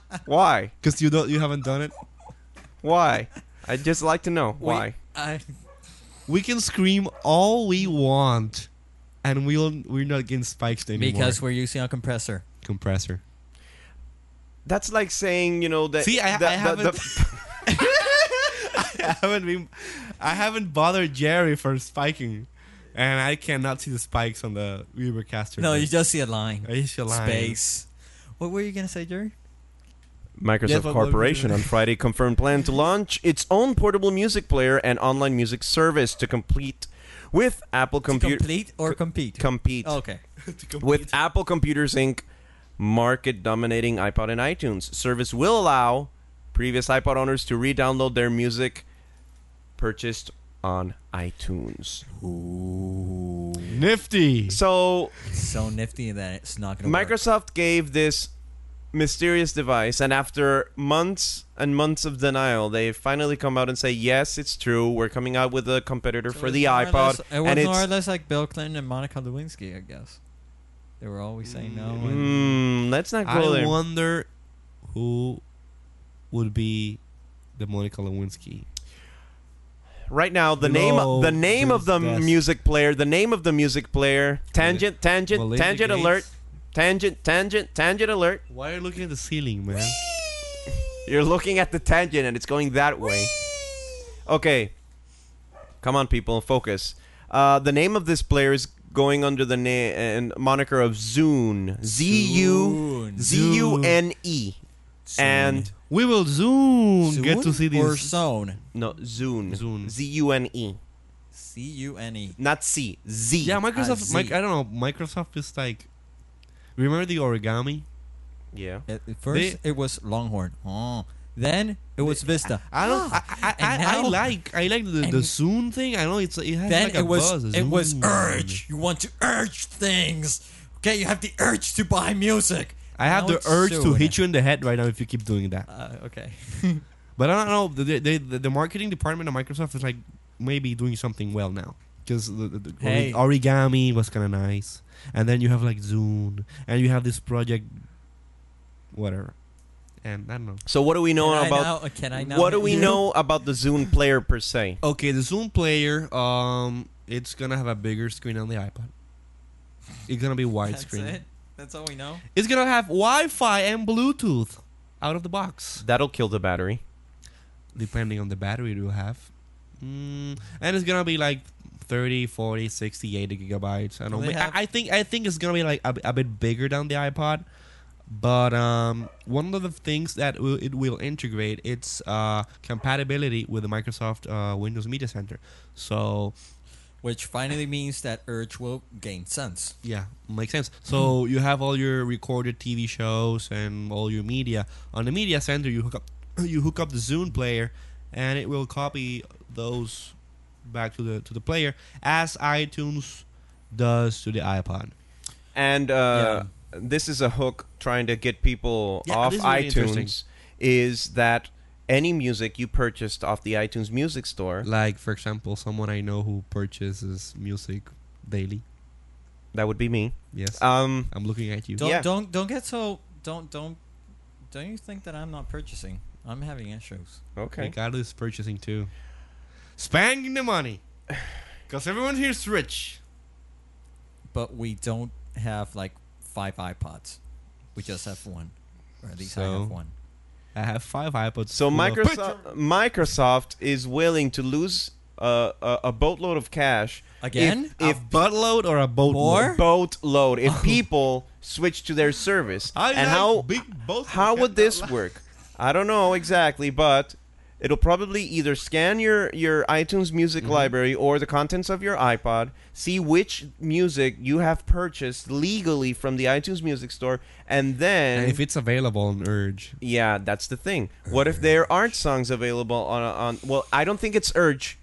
Speaker 3: <laughs>
Speaker 1: Why?
Speaker 3: Because you don't, you haven't done it.
Speaker 1: Why? I'd just like to know why.
Speaker 2: I,
Speaker 3: We can scream all we want, and we'll we're not getting spiked anymore.
Speaker 2: because we're using a compressor.
Speaker 3: compressor. <laughs>
Speaker 1: That's like saying you know that.
Speaker 3: See, I-
Speaker 1: that-
Speaker 3: I
Speaker 1: that-
Speaker 3: <laughs> haven't-
Speaker 1: the-
Speaker 3: I haven't been, I haven't bothered Jerry for spiking, and I cannot see the spikes on the Webercaster.
Speaker 2: No, you just see a line.
Speaker 3: I used to lie.
Speaker 2: Space. What were you gonna say, Jerry?
Speaker 1: Microsoft
Speaker 3: Yeah, but-
Speaker 1: Corporation on Friday confirmed plan to launch its own portable music player and online music service to complete with Apple Computer
Speaker 2: Complete or compete?
Speaker 3: Oh,
Speaker 2: Oh,
Speaker 1: compete.
Speaker 3: <laughs>
Speaker 2: okay.
Speaker 1: with Apple Computers Inc. market dominating iPod and iTunes. Service will allow previous iPod owners to re download their music purchased on iTunes.
Speaker 4: Nifty.
Speaker 1: So
Speaker 2: so nifty that it's not gonna work.
Speaker 1: Microsoft gave this mysterious device, and after months and months of denial, they finally come out and say, "Yes, it's true. We're coming out with a competitor
Speaker 2: So
Speaker 1: for
Speaker 2: it's
Speaker 1: the
Speaker 2: more or
Speaker 1: iPod."
Speaker 2: less- it was
Speaker 1: and
Speaker 2: more or
Speaker 1: it's
Speaker 2: less like Bill Clinton and Monica Lewinsky, I guess. They were always saying no. and-
Speaker 1: Hmm, let's not go
Speaker 3: I
Speaker 1: there.
Speaker 3: wonder who would be the Monica Lewinsky.
Speaker 1: right now, the
Speaker 3: Below
Speaker 1: name, the name of the
Speaker 3: this desk.
Speaker 1: music player, the name of the music player. Tangent, tangent,
Speaker 3: Melinda
Speaker 1: tangent
Speaker 3: Gates?
Speaker 1: alert, tangent, tangent, tangent alert.
Speaker 3: Why are you looking at the ceiling, man?
Speaker 1: You're looking at the tangent and it's going that way. Okay. Come on, people, focus. Uh, the name of this player is going under the name and moniker of Zune. Z U
Speaker 2: Soon.
Speaker 1: Z U N E.
Speaker 2: Soon.
Speaker 1: And
Speaker 3: We will soon, get to
Speaker 2: Soon
Speaker 3: see
Speaker 2: or
Speaker 3: this.
Speaker 2: soon.
Speaker 1: no Zune.
Speaker 3: Zune.
Speaker 1: Z U N E.
Speaker 2: C U N E.
Speaker 1: Not C. Z.
Speaker 3: Yeah,
Speaker 2: Uh,
Speaker 3: Microsoft.
Speaker 2: Z.
Speaker 3: Mike, I don't know. Microsoft is like. Remember the origami?
Speaker 1: Yeah.
Speaker 2: At at first, it was Longhorn. Oh. Then it was Vista. Ah.
Speaker 3: I don't. I, I,
Speaker 2: And
Speaker 3: I,
Speaker 2: now-
Speaker 3: I Ah, like. I like the, the
Speaker 2: and-
Speaker 3: soon thing. I know it's. It has
Speaker 2: then
Speaker 3: like a
Speaker 2: it was
Speaker 3: buzz, a
Speaker 2: it was
Speaker 3: zoom.
Speaker 2: urge. You want to urge things. Okay, you have the urge to buy music.
Speaker 3: I have the urge to hit you in the head right now if you keep doing that.
Speaker 2: Uh,
Speaker 1: <laughs>
Speaker 2: okay.
Speaker 3: But I don't know. The, the, the, the marketing department of Microsoft is like maybe doing something well now. Because the, the, the
Speaker 2: Hey.
Speaker 3: ori- origami was kind of nice. And then you have like Zune. And you have this project. Whatever. And I don't know.
Speaker 1: So what do we know
Speaker 2: Can I
Speaker 1: about
Speaker 2: now- can I now
Speaker 1: what do
Speaker 2: hit
Speaker 1: we
Speaker 2: you? <laughs>
Speaker 1: know about the Zune player per se?
Speaker 3: Okay, the Zune player, um, it's going to have a bigger screen on the iPod.
Speaker 2: <laughs>
Speaker 3: It's going to be
Speaker 2: That's
Speaker 3: widescreen.
Speaker 2: it. That's all we know.
Speaker 3: It's going to have Wi Fi and Bluetooth out of the box.
Speaker 1: That'll kill the battery.
Speaker 3: depending on the battery you have. Mm, and it's gonna be like 30, 40, 68 gigabytes. I don't
Speaker 2: They
Speaker 3: know.
Speaker 2: have-
Speaker 3: I, I think I think it's gonna be like a, a bit bigger than the iPod. But um, one of the things that will, it will integrate it's uh, compatibility with the Microsoft uh, Windows Media Center. So
Speaker 2: Which finally means that urge will gain sense.
Speaker 3: yeah, makes sense. So you have all your recorded TV shows and all your media on the media center. You hook up, <coughs> you hook up the Zune player, and it will copy those back to the to the player as iTunes does to the iPod.
Speaker 1: and uh, this is a hook trying to get people
Speaker 3: Yeah,
Speaker 1: off
Speaker 3: this is really
Speaker 1: iTunes.
Speaker 3: interesting.
Speaker 1: Is that any music you purchased off the iTunes Music Store
Speaker 3: Like for example, someone I know who purchases music daily.
Speaker 1: that would be me?
Speaker 3: Yes,
Speaker 1: Um,
Speaker 3: I'm looking at you.
Speaker 2: Don't
Speaker 1: Yeah.
Speaker 2: don't don't get so don't don't don't you think that I'm not purchasing? I'm having issues.
Speaker 1: okay.
Speaker 3: Ricardo is purchasing too. Spending the money, because everyone here is rich.
Speaker 2: But we don't have like five iPods. We just have one. Or at least I
Speaker 3: So-
Speaker 2: have one.
Speaker 3: I have five iPods.
Speaker 1: So
Speaker 3: full of
Speaker 1: Microsoft Microsoft is willing to lose uh, a, a boatload of cash
Speaker 2: Again?
Speaker 1: if,
Speaker 3: a buttload or a boatload?
Speaker 1: if
Speaker 2: More?
Speaker 1: boatload
Speaker 3: <laughs>
Speaker 1: if people switch to their service.
Speaker 3: I
Speaker 1: and
Speaker 3: like
Speaker 1: how
Speaker 3: big boatload.
Speaker 1: How would this work? I don't know exactly, but it'll probably either scan your, your iTunes music library or the contents of your iPod, see which music you have purchased legally from the iTunes music store, and then
Speaker 3: And if it's available on Urge,
Speaker 1: yeah, that's the thing. What if there aren't songs available on on well, I don't think it's Urge.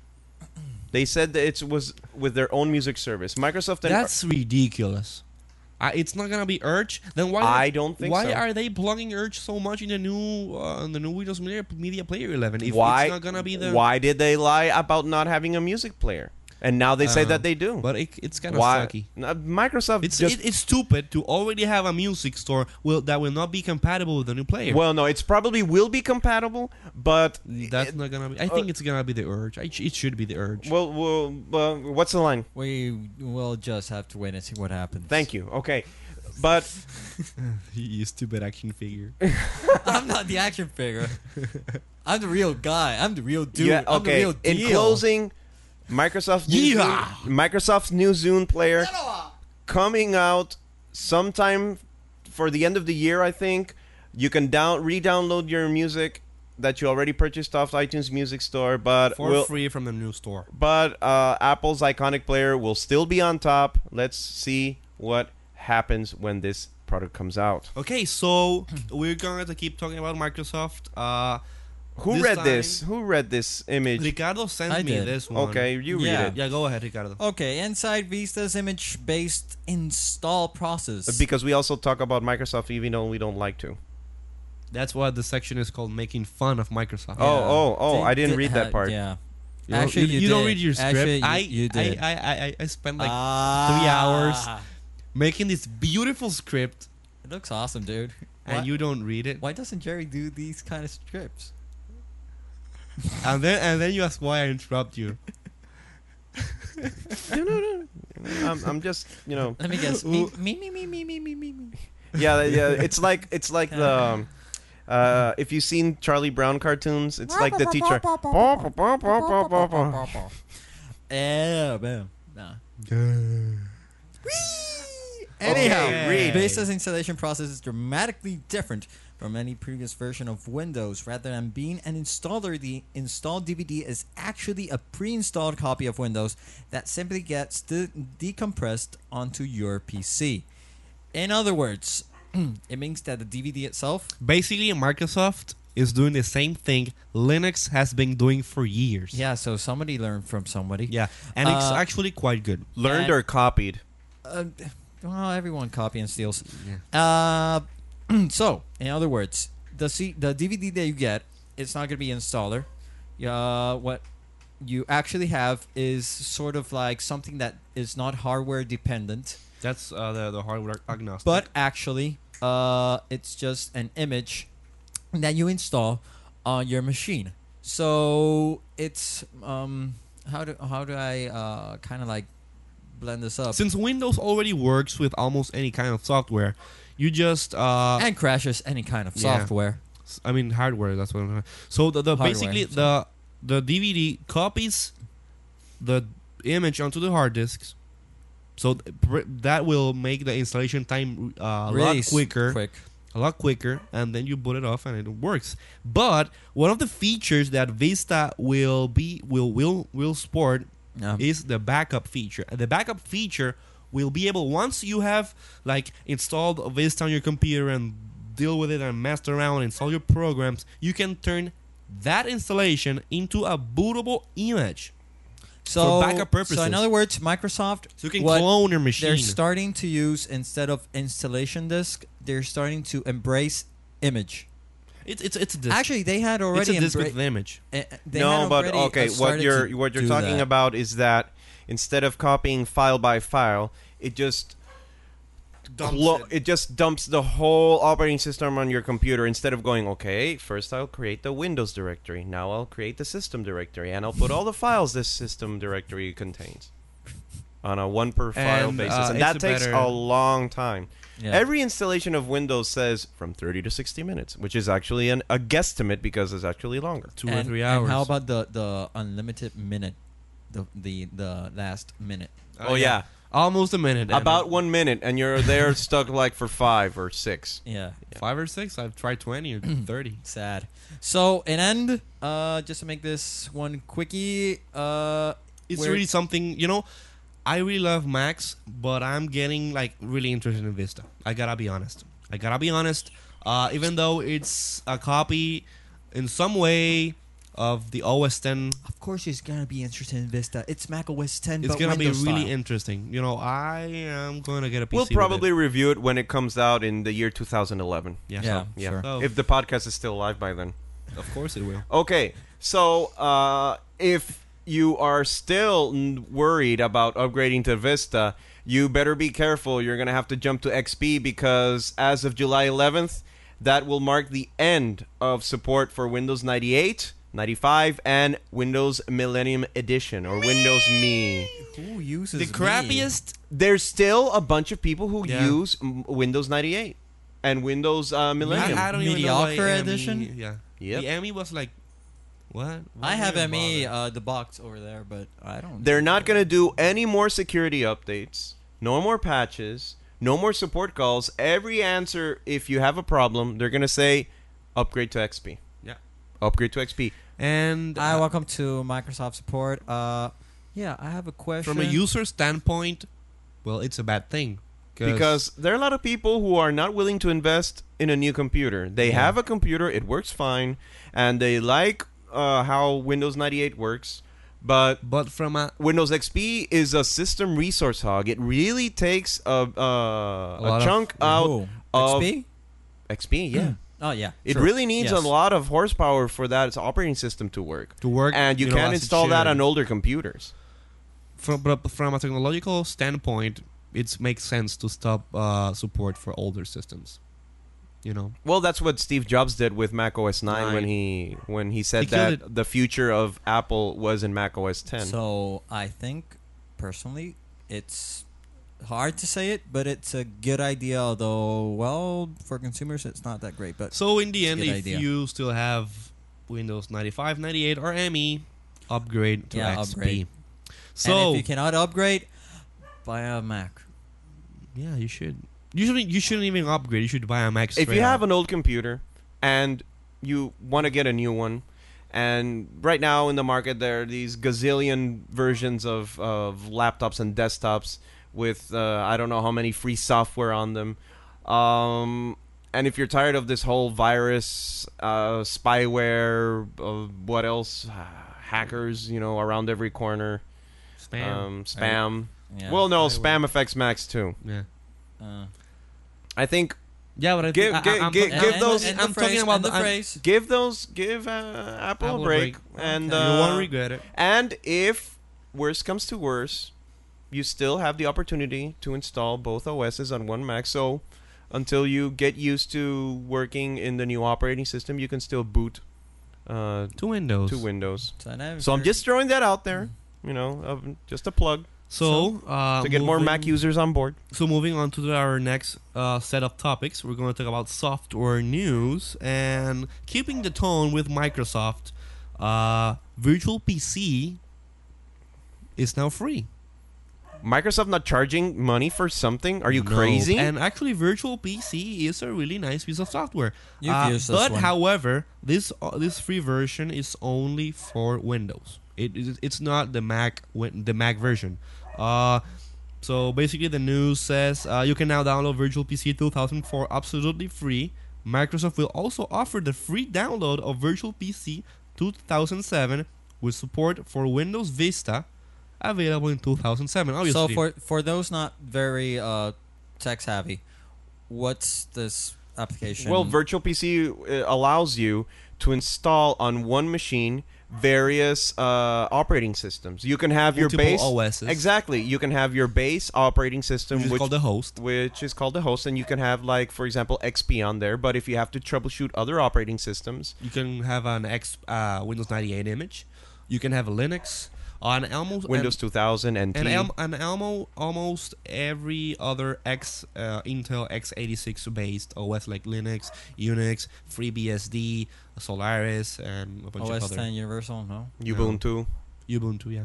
Speaker 1: They said that it was with their own music service. Microsoft and
Speaker 3: that's ridiculous. I, it's not gonna be Urge. Then why?
Speaker 1: I don't think
Speaker 3: Why
Speaker 1: so.
Speaker 3: are they plugging Urge so much in the new uh, in the new Windows Media, Media Player 11? If
Speaker 1: why
Speaker 3: it's not gonna be the
Speaker 1: Why did they lie about not having a music player? And now they say
Speaker 3: Uh,
Speaker 1: that they do.
Speaker 3: But it, it's kind of
Speaker 1: Why?
Speaker 3: sucky.
Speaker 1: Uh, Microsoft
Speaker 3: It's
Speaker 1: just
Speaker 3: it, it's stupid to already have a music store will that will not be compatible with the new player.
Speaker 1: well, no, it's probably will be compatible, but
Speaker 3: that's
Speaker 1: it- uh,
Speaker 3: not gonna be. I think it's gonna be the Urge. I, it should be the Urge.
Speaker 1: well, well, well, what's the line?
Speaker 2: We will just have to wait and see what happens.
Speaker 1: Thank you. Okay, but
Speaker 3: <laughs> you stupid action figure.
Speaker 2: <laughs> I'm not the action
Speaker 1: <laughs>
Speaker 2: figure. I'm the real guy. I'm the real dude.
Speaker 1: yeah,
Speaker 2: I'm the
Speaker 1: okay.
Speaker 2: real
Speaker 1: In
Speaker 2: deal.
Speaker 1: closing, Microsoft new
Speaker 3: Yeehaw!
Speaker 1: Zune, Microsoft's new Zune player coming out sometime for the end of the year, I think. You can down re-download your music that you already purchased off iTunes Music Store, but
Speaker 3: for
Speaker 1: we'll-
Speaker 3: free from the new store.
Speaker 1: but uh, Apple's iconic player will still be on top. Let's see what happens when this product comes out.
Speaker 2: Hmm.
Speaker 3: Okay, so we're going to keep talking about Microsoft. Uh,
Speaker 1: Who
Speaker 3: This
Speaker 1: read
Speaker 3: time-
Speaker 1: this? Who read this image?
Speaker 3: Ricardo sent
Speaker 2: I
Speaker 3: me
Speaker 2: did.
Speaker 3: this one.
Speaker 1: Okay, you read
Speaker 2: Yeah.
Speaker 1: it.
Speaker 3: Yeah, go ahead, Ricardo.
Speaker 2: Okay, inside Vista's image-based install process.
Speaker 1: Because we also talk about Microsoft even though we don't like to.
Speaker 3: That's why the section is called "Making Fun of Microsoft."
Speaker 1: Oh, oh, oh,
Speaker 2: They
Speaker 1: I didn't
Speaker 2: did
Speaker 1: read that
Speaker 2: ha-
Speaker 1: part.
Speaker 2: Uh, Yeah.
Speaker 3: You don't-
Speaker 2: Actually,
Speaker 3: you,
Speaker 2: you
Speaker 3: you don't
Speaker 2: did.
Speaker 3: read your script.
Speaker 2: Actually, you-
Speaker 3: I,
Speaker 2: you did. Uh,
Speaker 3: I, I, I, I spent like
Speaker 2: Ah.
Speaker 3: making this beautiful script,
Speaker 2: It looks awesome, dude. Why-
Speaker 3: and you don't read it.
Speaker 2: Why doesn't Jerry do these kind of scripts?
Speaker 3: And then, and then you ask why I interrupt <laughs> you.
Speaker 1: no, no, no. I'm, I'm just, you
Speaker 2: <laughs>
Speaker 1: know, <laughs>
Speaker 2: Let me guess. me, me, me, me, me, me, me, me, me.
Speaker 1: yeah, yeah. It's like it's like the.
Speaker 2: <laughs>
Speaker 1: Um, uh, if you've seen Charlie Brown cartoons, it's like the
Speaker 2: <laughs>
Speaker 1: teacher.
Speaker 2: Yeah, man. Eh, Nah. Anyhow,
Speaker 1: Okay, read.
Speaker 2: Vista's installation process is dramatically different from any previous version of Windows. Rather than being an installer, the installed DVD is actually a pre-installed copy of Windows that simply gets de- decompressed onto your PC. In other words, <clears throat> it means that the DVD itself
Speaker 3: Basically, Microsoft is doing the same thing Linux has been doing for years.
Speaker 2: Yeah, so somebody learned from somebody.
Speaker 3: yeah, and it's
Speaker 2: Uh,
Speaker 3: actually quite good.
Speaker 1: Learned
Speaker 2: And-
Speaker 1: or copied?
Speaker 2: Uh, well, everyone copy and steals.
Speaker 3: Yeah.
Speaker 2: Uh, <clears throat> so, in other words, the C- the DVD that you get, it's not going to be installer. Uh, what you actually have is sort of like something that is not hardware dependent,
Speaker 3: That's uh, the the hardware agnostic.
Speaker 2: but actually, uh, it's just an image that you install on your machine. So it's um, how do how do I uh, kind of like blend this up?
Speaker 3: since Windows already works with almost any kind of software, you just uh,
Speaker 2: and crashes any kind of
Speaker 3: Yeah.
Speaker 2: software.
Speaker 3: S- I mean hardware. That's what I'm. talking- So the, the
Speaker 2: Hardware,
Speaker 3: basically the the DVD copies the image onto the hard disks. So th- pr- that will make the installation time uh, a
Speaker 2: really
Speaker 3: lot
Speaker 2: s-
Speaker 3: quicker,
Speaker 2: Quick.
Speaker 3: a lot quicker, and then you boot it off and it works. But one of the features that Vista will be will will will sport
Speaker 2: Um,
Speaker 3: is the backup feature. And the backup feature will be able once you have like installed Vista on your computer and deal with it and mess around, install your programs, you can turn that installation into a bootable image.
Speaker 2: so,
Speaker 3: backup
Speaker 2: So,
Speaker 3: purposes.
Speaker 2: in other words, Microsoft,
Speaker 3: So you can
Speaker 2: what
Speaker 3: clone your
Speaker 2: they're
Speaker 3: machine.
Speaker 2: starting to use instead of installation disk, they're starting to embrace image.
Speaker 3: it's it's it's a disk.
Speaker 2: Actually, they had
Speaker 3: it's
Speaker 2: already
Speaker 3: a disk with
Speaker 2: embra-
Speaker 3: an image.
Speaker 2: eh, they
Speaker 1: no,
Speaker 2: had
Speaker 1: but
Speaker 2: already, uh,
Speaker 1: okay. What
Speaker 2: started
Speaker 1: you're
Speaker 2: to
Speaker 1: what you're
Speaker 2: do
Speaker 1: talking
Speaker 2: that.
Speaker 1: about is that instead of copying file by file, it just
Speaker 3: Dumps
Speaker 1: clo- it.
Speaker 3: it.
Speaker 1: just dumps the whole operating system on your computer instead of going okay first i'll create the windows directory now i'll create the system directory and i'll put all the files this system directory contains on a one per file
Speaker 3: And,
Speaker 1: basis
Speaker 3: uh,
Speaker 1: and
Speaker 3: it's
Speaker 1: that
Speaker 3: a
Speaker 1: takes
Speaker 3: better-
Speaker 1: a long time
Speaker 2: Yeah.
Speaker 1: every installation of windows says from 30 to 60 minutes which is actually an, a guesstimate because it's actually longer
Speaker 3: Two or
Speaker 2: And-
Speaker 3: three
Speaker 2: and
Speaker 3: hours.
Speaker 2: how about the the unlimited minute, the the the last minute?
Speaker 1: oh yeah
Speaker 3: Almost a minute. Anna.
Speaker 1: about one minute and you're there stuck like for five or six
Speaker 2: Yeah.
Speaker 3: five or six. I've tried
Speaker 2: <clears throat>
Speaker 3: twenty or thirty.
Speaker 2: Sad. So, in end, uh, just to make this one quickie, uh,
Speaker 3: it's
Speaker 2: where-
Speaker 3: really something you know i really love max but i'm getting like really interested in vista i gotta be honest i gotta be honest uh, even though it's a copy in some way of the os 10
Speaker 2: Of course, he's gonna be interested in Vista. It's Mac OS 10,
Speaker 3: it's
Speaker 2: but
Speaker 3: gonna be
Speaker 2: Windows
Speaker 3: really
Speaker 2: style.
Speaker 3: interesting you know i am gonna get a PC
Speaker 1: We'll
Speaker 3: with it.
Speaker 1: probably review it when it comes out in the year 2011.
Speaker 3: yeah,
Speaker 2: Yeah.
Speaker 3: so-
Speaker 1: Yeah.
Speaker 2: Sure.
Speaker 3: So-
Speaker 1: If the podcast is still alive by then.
Speaker 3: of course it will
Speaker 1: Okay. So, uh, if you are still n- worried about upgrading to Vista, you better be careful. You're going to have to jump to XP because as of July 11th, that will mark the end of support for Windows 98, 95, and Windows Millennium Edition or Windows Me.
Speaker 2: Who uses
Speaker 3: the crappiest
Speaker 1: There's still a bunch of people who
Speaker 3: Yeah.
Speaker 1: use mm, Windows 98 and Windows uh, Millennium.
Speaker 3: I, I don't even know why
Speaker 2: Mediocre
Speaker 3: AME
Speaker 2: edition?
Speaker 3: yeah
Speaker 1: Yep.
Speaker 3: the emmy was like what Why
Speaker 2: I have
Speaker 3: even
Speaker 2: ME,
Speaker 3: bother?
Speaker 2: uh, the box over there, but I don't.
Speaker 1: They're not going to do any more security updates, no more patches, no more support calls. Every answer, if you have a problem, they're going to say upgrade to XP.
Speaker 3: yeah
Speaker 1: Upgrade to XP.
Speaker 3: and
Speaker 2: Hi,
Speaker 3: uh,
Speaker 2: welcome to Microsoft support. Uh, yeah, I have a question.
Speaker 3: from a user standpoint, well, it's a bad thing.
Speaker 1: because there are a lot of people who are not willing to invest in a new computer. They
Speaker 3: Yeah.
Speaker 1: have a computer, it works fine, and they like uh, how Windows 98 works, but
Speaker 3: but from a
Speaker 1: Windows XP is a system resource hog. It really takes a, uh, a,
Speaker 3: lot of- Hmm.
Speaker 1: chunk out
Speaker 2: Who?
Speaker 1: of
Speaker 2: XP?
Speaker 1: XP. Yeah,
Speaker 2: Oh yeah.
Speaker 1: it
Speaker 2: sure.
Speaker 1: really needs
Speaker 2: Yes.
Speaker 1: a lot of horsepower for that operating system to work.
Speaker 3: to work
Speaker 1: And you,
Speaker 3: know,
Speaker 1: can't
Speaker 3: as it
Speaker 1: install that
Speaker 3: should.
Speaker 1: on older computers.
Speaker 3: from but from a technological standpoint, it makes sense to stop uh, support for older systems. You know,
Speaker 1: Well, that's what Steve Jobs did with Mac OS 9 when
Speaker 3: Nine.
Speaker 1: he when he said
Speaker 3: He killed
Speaker 1: that the future of Apple was in Mac OS 10.
Speaker 2: So I think personally, it's hard to say it, but it's a good idea. Although, well, for consumers, it's not that great. But
Speaker 3: so in the
Speaker 2: It's a
Speaker 3: end,
Speaker 2: good
Speaker 3: if
Speaker 2: idea.
Speaker 3: you still have Windows 95, 98, or ME, upgrade to
Speaker 2: Yeah,
Speaker 3: XP.
Speaker 2: upgrade. and
Speaker 3: So
Speaker 2: if you cannot upgrade, buy a Mac.
Speaker 3: yeah, you should. You shouldn't. You shouldn't even upgrade. You should buy a Mac.
Speaker 1: if you have an old computer and you want to get a new one and right now in the market there are these gazillion versions of, of laptops and desktops with uh, i don't know how many free software on them um, and if you're tired of this whole virus uh, spyware uh, what else hackers you know around every corner
Speaker 3: spam.
Speaker 1: um, spam
Speaker 2: Yeah.
Speaker 1: well no
Speaker 3: Spyware.
Speaker 1: spam affects max too
Speaker 3: yeah.
Speaker 2: Uh,
Speaker 1: i think
Speaker 3: Yeah, but I
Speaker 1: Give-
Speaker 3: think, I-
Speaker 1: give-
Speaker 3: I, am
Speaker 1: give-
Speaker 2: and-
Speaker 1: give
Speaker 2: and-
Speaker 1: those-
Speaker 2: and the
Speaker 3: I'm
Speaker 2: phrase,
Speaker 3: talking about
Speaker 2: and the
Speaker 3: the- I'm-
Speaker 2: phrase.
Speaker 1: give those give uh, apple,
Speaker 3: Apple
Speaker 1: a
Speaker 3: a
Speaker 1: break,
Speaker 3: break.
Speaker 1: and
Speaker 2: Okay.
Speaker 1: uh,
Speaker 3: you won't regret it.
Speaker 1: And if worse comes to worse, you still have the opportunity to install both OSs on one Mac. So until you get used to working in the new operating system, you can still boot uh,
Speaker 3: Two Windows.
Speaker 1: to Windows.
Speaker 2: So, now if
Speaker 1: So I'm
Speaker 2: you're-
Speaker 1: just throwing that out there. You know, um, just a plug
Speaker 3: So uh,
Speaker 1: to get more
Speaker 3: moving-
Speaker 1: Mac users on board.
Speaker 3: So moving on to our next uh, set of topics, we're going to talk about software news and keeping the tone with Microsoft. Uh, Virtual PC is now free.
Speaker 1: Microsoft not charging money for something? Are you
Speaker 3: No.
Speaker 1: crazy?
Speaker 3: And actually, Virtual PC is a really nice piece of software.
Speaker 2: You've
Speaker 3: Uh,
Speaker 2: used this
Speaker 3: but
Speaker 2: one.
Speaker 3: however, this uh, this free version is only for Windows. It, it it's not the Mac win- the Mac version. Uh, so basically, the news says uh, you can now download Virtual PC 2004 absolutely free. Microsoft will also offer the free download of Virtual PC 2007 with support for Windows Vista, available in 2007. Obviously,
Speaker 2: so for for those not very uh, tech savvy, what's this application?
Speaker 1: Well, Virtual PC uh, allows you to install on one machine various uh, operating systems. You can have
Speaker 3: Multiple
Speaker 1: your base
Speaker 3: OSs.
Speaker 1: exactly. You can have your base operating system,
Speaker 3: which
Speaker 1: which
Speaker 3: is called the host.
Speaker 1: which is called the host, and you can have like, for example, XP on there. But if you have to troubleshoot other operating systems,
Speaker 3: You can have an X uh, Windows 98 image. You can have a Linux uh, on almost
Speaker 1: Windows 2000 and
Speaker 3: and, and, Elm- and Elmo, almost every other X uh, Intel x86 based OS like Linux, Unix, FreeBSD, Solaris, and a bunch
Speaker 2: OS
Speaker 3: of other
Speaker 2: 10 Universal? No.
Speaker 1: Ubuntu.
Speaker 3: Ubuntu. Yeah,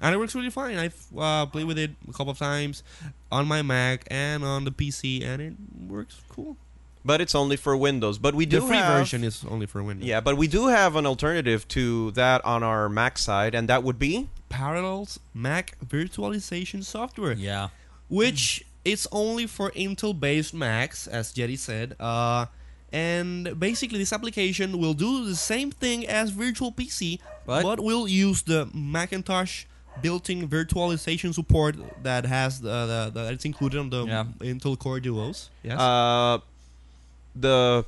Speaker 3: and it works really fine. I've uh, played with it a couple of times on my Mac and on the PC, and it works cool.
Speaker 1: But it's only for Windows. But we do
Speaker 3: the free
Speaker 1: have,
Speaker 3: version is only for Windows.
Speaker 1: Yeah, but we do have an alternative to that on our Mac side, and that would be
Speaker 3: Parallels Mac virtualization software.
Speaker 2: Yeah.
Speaker 3: which it's only for Intel-based Macs, as Jerry said. Uh, and basically, this application will do the same thing as Virtual PC,
Speaker 2: But-
Speaker 3: but, will use the Macintosh built-in virtualization support that has the, the, the that's included on the
Speaker 2: Yeah.
Speaker 3: Intel Core Duos. Yes.
Speaker 1: Uh, the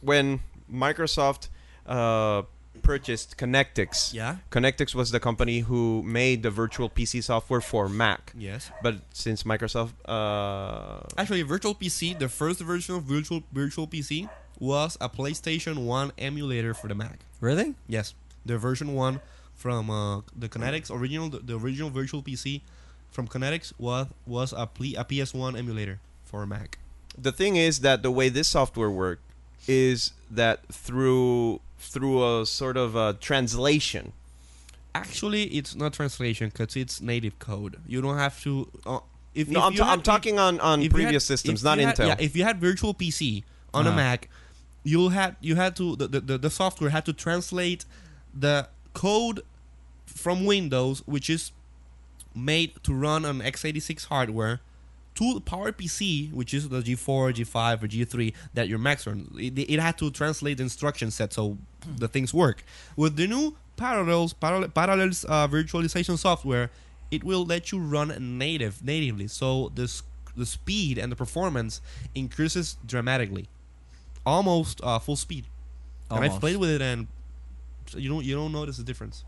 Speaker 1: when Microsoft uh, purchased Connectix.
Speaker 3: yeah.
Speaker 1: Connectix was the company who made the virtual PC software for Mac.
Speaker 3: Yes.
Speaker 1: But since Microsoft, uh,
Speaker 3: Actually, Virtual PC, the first version of Virtual Virtual PC was a PlayStation One emulator for the Mac.
Speaker 2: Really?
Speaker 3: Yes, the version one from uh, the Kinetics original, the, the original virtual PC from Kinetics was was a, ple- a PS1 emulator for Mac.
Speaker 1: the thing is that the way this software worked is that through through a sort of a translation.
Speaker 3: Actually, it's not translation because it's native code. You don't have to. Uh, if,
Speaker 1: No,
Speaker 3: if
Speaker 1: I'm,
Speaker 3: you
Speaker 1: ta-
Speaker 3: had-
Speaker 1: I'm talking on on
Speaker 3: if you
Speaker 1: previous
Speaker 3: had-
Speaker 1: systems,
Speaker 3: if
Speaker 1: not
Speaker 3: you had-
Speaker 1: Intel. Uh-huh.
Speaker 3: Yeah, if you had virtual PC on
Speaker 2: Ah.
Speaker 3: a Mac, you had you had to the, the- the, the software had to translate the code from Windows, which is made to run on x86 hardware, to PowerPC, which is the G4, G5, or G3 that you're maxed on. It, it had to translate the instruction set so the things work. With the new Parallels Parallel- Parallels uh, virtualization software, it will let you run native natively. So the s- the speed and the performance increases dramatically, almost uh, full speed. And I've
Speaker 2: Almost.
Speaker 3: played with it, and you don't you don't notice the difference.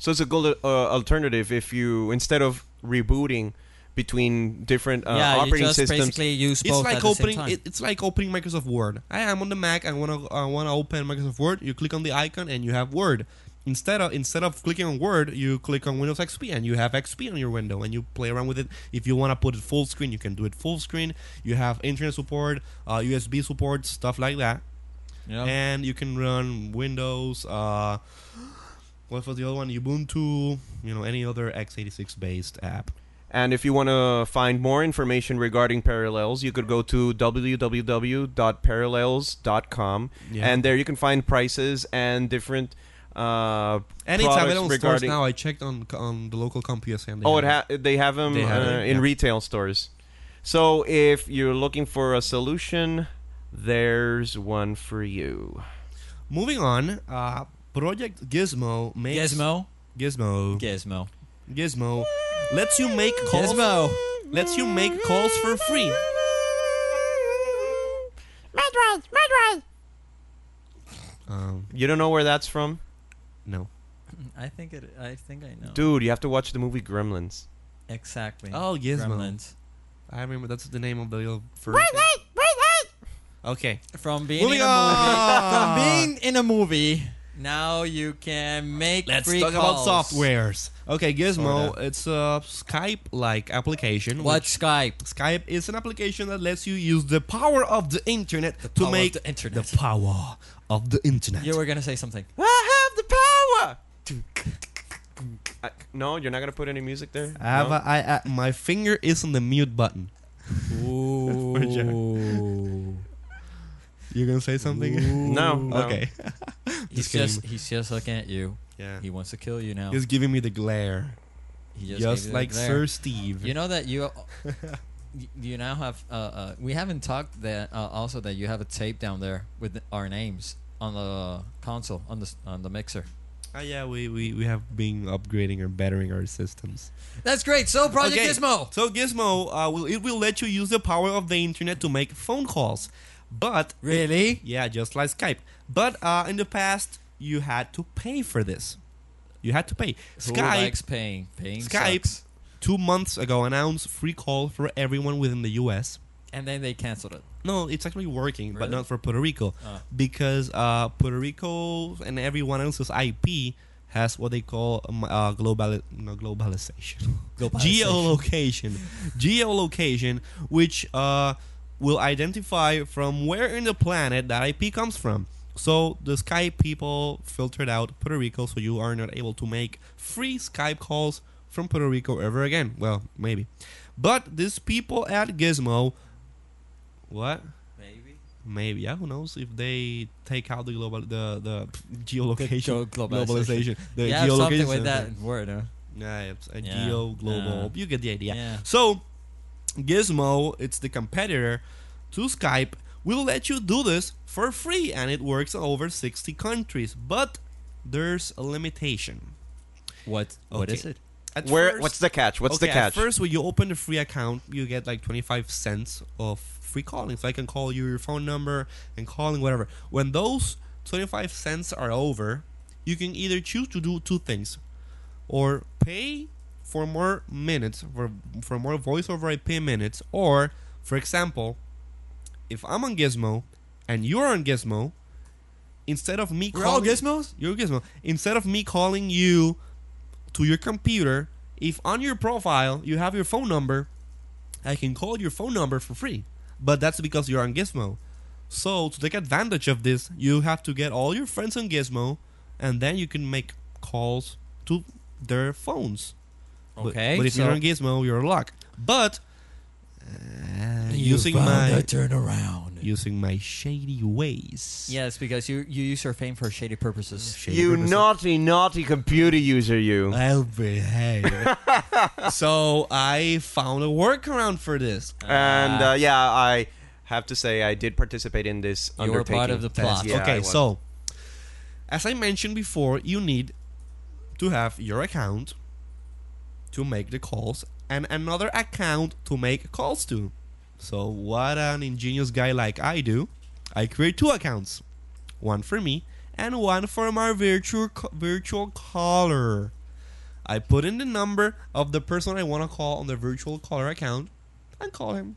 Speaker 1: So it's a good uh, alternative if you instead of rebooting between different uh,
Speaker 2: yeah, you
Speaker 1: operating
Speaker 2: just
Speaker 1: systems.
Speaker 2: basically use
Speaker 3: It's
Speaker 2: both
Speaker 3: like
Speaker 2: at the same
Speaker 3: opening.
Speaker 2: time.
Speaker 3: It, it's like opening Microsoft Word. I am on the Mac. I wanna I wanna open Microsoft Word. You click on the icon and you have Word. Instead of instead of clicking on Word, you click on Windows XP and you have XP on your window and you play around with it. If you wanna put it full screen, you can do it full screen. You have internet support, uh, USB support, stuff like that,
Speaker 2: Yeah.
Speaker 3: and you can run Windows. Uh, what was the other one? Ubuntu. You know any other x86 based app.
Speaker 1: And if you want to find more information regarding Parallels, you could go to www.parallels.com,
Speaker 3: Yeah.
Speaker 1: and there you can find prices and different. Uh,
Speaker 3: And it's
Speaker 1: products
Speaker 3: available in stores
Speaker 1: regarding-
Speaker 3: now. I checked on on the local CompUSA. and they
Speaker 1: oh,
Speaker 3: have
Speaker 1: it ha- they have them
Speaker 3: They have
Speaker 1: uh,
Speaker 3: it,
Speaker 1: in
Speaker 3: yeah.
Speaker 1: retail stores. So if you're looking for a solution, there's one for you.
Speaker 3: Moving on, uh, Project Gizmo makes
Speaker 2: Gizmo.
Speaker 3: Gizmo
Speaker 2: Gizmo.
Speaker 3: Gizmo lets you make calls
Speaker 2: Gizmo.
Speaker 3: lets you make calls for free.
Speaker 4: Madras, Madras.
Speaker 3: Um,
Speaker 1: You don't know where that's from,
Speaker 3: no.
Speaker 2: I think it. I think I know.
Speaker 1: dude. You have to watch the movie Gremlins.
Speaker 2: Exactly.
Speaker 3: Oh, Gizmo.
Speaker 2: Gremlins.
Speaker 3: I remember that's the name of the little first.
Speaker 4: Wait, wait, wait, wait.
Speaker 3: Okay.
Speaker 2: From being
Speaker 3: Moving
Speaker 2: in a
Speaker 3: on.
Speaker 2: movie. From being in a movie. Now you can make.
Speaker 3: Let's
Speaker 2: free
Speaker 3: talk
Speaker 2: calls.
Speaker 3: about softwares. Okay, Gizmo,
Speaker 1: Sorta.
Speaker 3: it's a Skype-like application.
Speaker 2: What
Speaker 3: which-
Speaker 2: Skype?
Speaker 3: Skype is an application that lets you use the power of the internet
Speaker 2: power
Speaker 3: to
Speaker 2: of
Speaker 3: make
Speaker 2: the internet.
Speaker 3: the power of the internet.
Speaker 2: You were gonna say something.
Speaker 1: I have the power. I, no, you're not gonna put any music there.
Speaker 3: I have
Speaker 1: No?
Speaker 3: a, I, I, my finger is on the mute button. <laughs>
Speaker 2: Ooh.
Speaker 3: You're gonna say something? <laughs>
Speaker 1: No, no.
Speaker 3: Okay.
Speaker 2: he's
Speaker 3: kidding.
Speaker 2: just he's just looking at you.
Speaker 3: Yeah.
Speaker 2: He wants to kill you now.
Speaker 3: He's giving me the glare,
Speaker 2: He
Speaker 3: just,
Speaker 2: gave you the
Speaker 3: like
Speaker 2: glare.
Speaker 3: Sir Steve.
Speaker 2: You know that
Speaker 3: <laughs>
Speaker 2: you y- you now have uh, uh we haven't talked that uh, also that you have a tape down there with the- our names on the console on the s- on the mixer.
Speaker 3: Ah, yeah, we, we we have been upgrading or bettering our systems.
Speaker 2: That's great. So Project
Speaker 3: Okay,
Speaker 2: Gizmo.
Speaker 3: So Gizmo, uh, will it will let you use the power of the internet to make phone calls, but
Speaker 2: Really?
Speaker 3: yeah, just like Skype. But uh, in the past, you had to pay for this. You had to pay.
Speaker 2: Who
Speaker 3: Skype
Speaker 2: likes paying? Paying
Speaker 3: Skype.
Speaker 2: sucks.
Speaker 3: two months ago announced free call for everyone within the U.S.
Speaker 2: And then they canceled it.
Speaker 3: No, it's actually working, but
Speaker 2: Really?
Speaker 3: not for Puerto Rico
Speaker 2: Ah.
Speaker 3: because uh, Puerto Rico and everyone else's IP has what they call um, uh, global no globalization, geolocation, geolocation, which uh, will identify from where in the planet that IP comes from. So the Skype people filtered out Puerto Rico, so you are not able to make free Skype calls from Puerto Rico ever again. Well, maybe, but these people at Gizmo, what?
Speaker 2: Maybe.
Speaker 3: Maybe yeah, who knows if they take out the global the the geolocation
Speaker 2: Geo- globalization.
Speaker 3: globalization the
Speaker 2: yeah, something
Speaker 3: geolocation.
Speaker 2: with that word. Huh?
Speaker 3: Yeah, it's a
Speaker 2: Yeah.
Speaker 3: geo global. You get the idea.
Speaker 2: Yeah.
Speaker 3: So Gizmo, it's the competitor to Skype, will let you do this for free, and it works in over sixty countries. But there's a limitation.
Speaker 2: What? What
Speaker 3: Okay.
Speaker 2: is it?
Speaker 3: At
Speaker 1: Where?
Speaker 3: first-
Speaker 1: what's the catch? What's the
Speaker 3: Okay,
Speaker 1: catch?
Speaker 3: At first, when you open the free account, you get like 25 cents of free calling. So I can call you your phone number and calling whatever. When those 25 cents are over, you can either choose to do two things or pay for more minutes, for, for more voice over IP minutes, or, for example, if I'm on Gizmo and you're on Gizmo, instead of me
Speaker 2: We're all
Speaker 3: calling.
Speaker 2: gizmos.
Speaker 3: Your Gizmo. Instead of me calling you to your computer, if on your profile you have your phone number, I can call your phone number for free. But that's because you're on Gizmo. So to take advantage of this, you have to get all your friends on Gizmo, and then you can make calls to their phones. But-
Speaker 2: Okay,
Speaker 3: But, if
Speaker 2: so-
Speaker 3: you're on Gizmo, you're locked. But uh,
Speaker 2: You
Speaker 3: using
Speaker 2: found
Speaker 3: my
Speaker 2: a turnaround.
Speaker 3: using my shady ways.
Speaker 2: Yes, because you, you use your fame for shady purposes.
Speaker 3: Shady
Speaker 1: You
Speaker 3: purposes.
Speaker 1: naughty, naughty computer user, you.
Speaker 3: I'll behave. so I found a workaround for this.
Speaker 1: And uh, yeah, I have to say I did participate in this
Speaker 2: You were
Speaker 1: undertaking.
Speaker 2: part of the plot.
Speaker 1: Yeah, I
Speaker 3: okay,
Speaker 1: was.
Speaker 3: so as I mentioned before, you need to have your account to make the calls and another account to make calls to. So what an ingenious guy like I do, I create two accounts, one for me and one for my virtual c- virtual caller. I put in the number of the person I want to call on the virtual caller account and call him.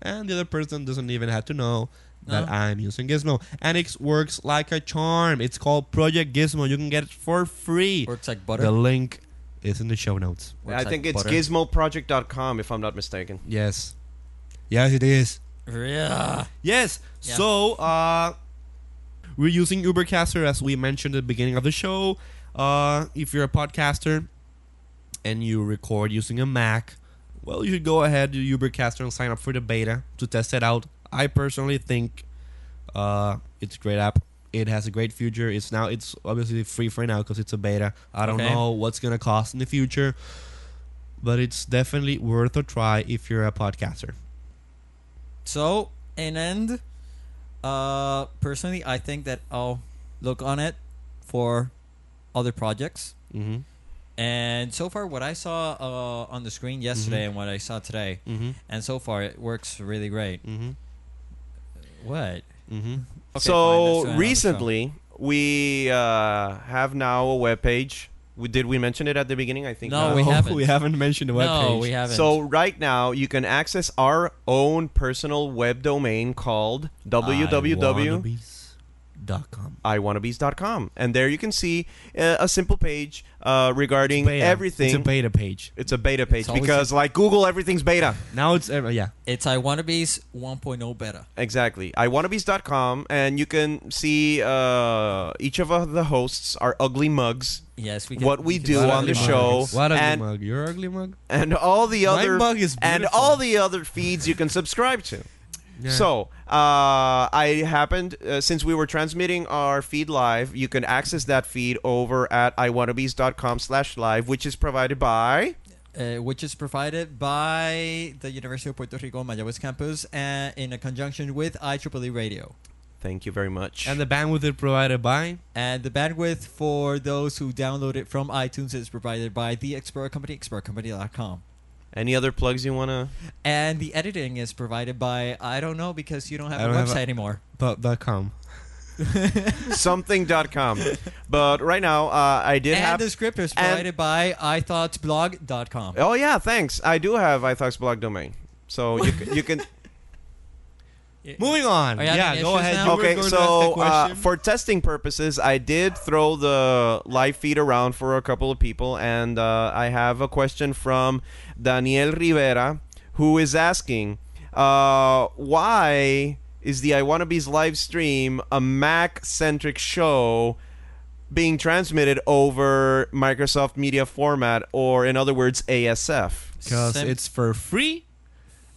Speaker 3: And the other person doesn't even have to know that
Speaker 2: Uh-huh.
Speaker 3: I'm using Gizmo. And it works like a charm. It's called Project Gizmo. You can get it for free.
Speaker 2: Works like
Speaker 3: The
Speaker 2: butter.
Speaker 3: link is in the show notes.
Speaker 2: Works
Speaker 1: I
Speaker 2: like
Speaker 1: think it's
Speaker 2: butter.
Speaker 1: gizmoproject.com if I'm not mistaken.
Speaker 3: Yes. Yes, it is.
Speaker 2: Yeah.
Speaker 3: Yes.
Speaker 2: Yeah.
Speaker 3: So uh, we're using Ubercaster as we mentioned at the beginning of the show. Uh, if you're a podcaster and you record using a Mac, well, you should go ahead to Ubercaster and sign up for the beta to test it out. I personally think uh, it's a great app. It has a great future. It's now it's obviously free for now because it's a beta. I don't
Speaker 2: Okay.
Speaker 3: know what's gonna cost in the future, but it's definitely worth a try if you're a podcaster.
Speaker 2: So, in end, uh, personally, I think that I'll look on it for other projects.
Speaker 3: Mm-hmm.
Speaker 2: And so far, what I saw uh, on the screen yesterday and what I saw today,
Speaker 3: Mm-hmm.
Speaker 2: and so far, it works really great.
Speaker 3: Mm-hmm.
Speaker 2: What?
Speaker 3: Mm-hmm.
Speaker 2: Okay, fine, let's
Speaker 1: so
Speaker 2: do another
Speaker 1: recently, we uh, have now a webpage. We, did we mention it at the beginning? I think
Speaker 2: No,
Speaker 1: not.
Speaker 2: we haven't.
Speaker 3: We haven't mentioned the
Speaker 2: show.
Speaker 3: web
Speaker 2: No, we haven't.
Speaker 1: So right now you can access our own personal web domain called www
Speaker 3: com.
Speaker 1: iwannabees.com and there you can see uh, a simple page uh, regarding everything
Speaker 3: It's a beta page.
Speaker 1: It's a beta page
Speaker 2: It's always
Speaker 1: because like Google everything's beta.
Speaker 3: Now it's ever yeah.
Speaker 2: it's I Wanna Be's 1.0 beta.
Speaker 1: Exactly. Iwannabees.com and you can see uh, each of uh, the hosts are ugly mugs
Speaker 2: Yes, we can,
Speaker 1: What we
Speaker 2: can
Speaker 1: do
Speaker 2: see
Speaker 1: on
Speaker 2: it.
Speaker 1: the show.
Speaker 3: What ugly
Speaker 1: and-
Speaker 3: mug? Your ugly mug.
Speaker 1: and all the
Speaker 3: My
Speaker 1: other
Speaker 3: mug is
Speaker 1: and
Speaker 3: beautiful.
Speaker 1: all the other feeds you can subscribe to.
Speaker 3: Yeah.
Speaker 1: So uh, I happened uh, since we were transmitting our feed live, you can access that feed over at iwannabees.com slash live, which is provided by
Speaker 2: uh, which is provided by the University of Puerto Rico Mayagüez campus uh, in a conjunction with IEEE Radio.
Speaker 1: Thank you very much.
Speaker 3: and the bandwidth is provided by
Speaker 2: And the bandwidth for those who download it from iTunes is provided by the Explorer Company, explorercompany.com.
Speaker 1: Any other plugs you wanna
Speaker 2: And the editing is provided by, I don't know, because you don't have
Speaker 3: I
Speaker 2: a
Speaker 3: don't have
Speaker 2: website
Speaker 3: a-
Speaker 2: anymore.
Speaker 3: dot, dot com.
Speaker 1: something.com. But right now, uh, I did
Speaker 2: and
Speaker 1: have.
Speaker 2: the script is
Speaker 1: and-
Speaker 2: provided by ithoughtsblog.com.
Speaker 1: oh yeah, thanks. I do have iThoughts blog domain, so you can. You can
Speaker 3: Moving on.
Speaker 2: Are you having
Speaker 3: Yeah, go
Speaker 2: issues
Speaker 3: ahead.
Speaker 2: now?
Speaker 3: You were
Speaker 1: okay,
Speaker 3: going to
Speaker 1: so
Speaker 3: ask that
Speaker 1: uh,
Speaker 3: question.
Speaker 1: for testing purposes, I did throw the live feed around for a couple of people, and uh, I have a question from Daniel Rivera, who is asking, uh, why is the I Wanna Be's live stream a Mac-centric show? Being transmitted over Microsoft Media Format, or in other words, ASF.
Speaker 3: because
Speaker 2: Sim-
Speaker 3: it's for free,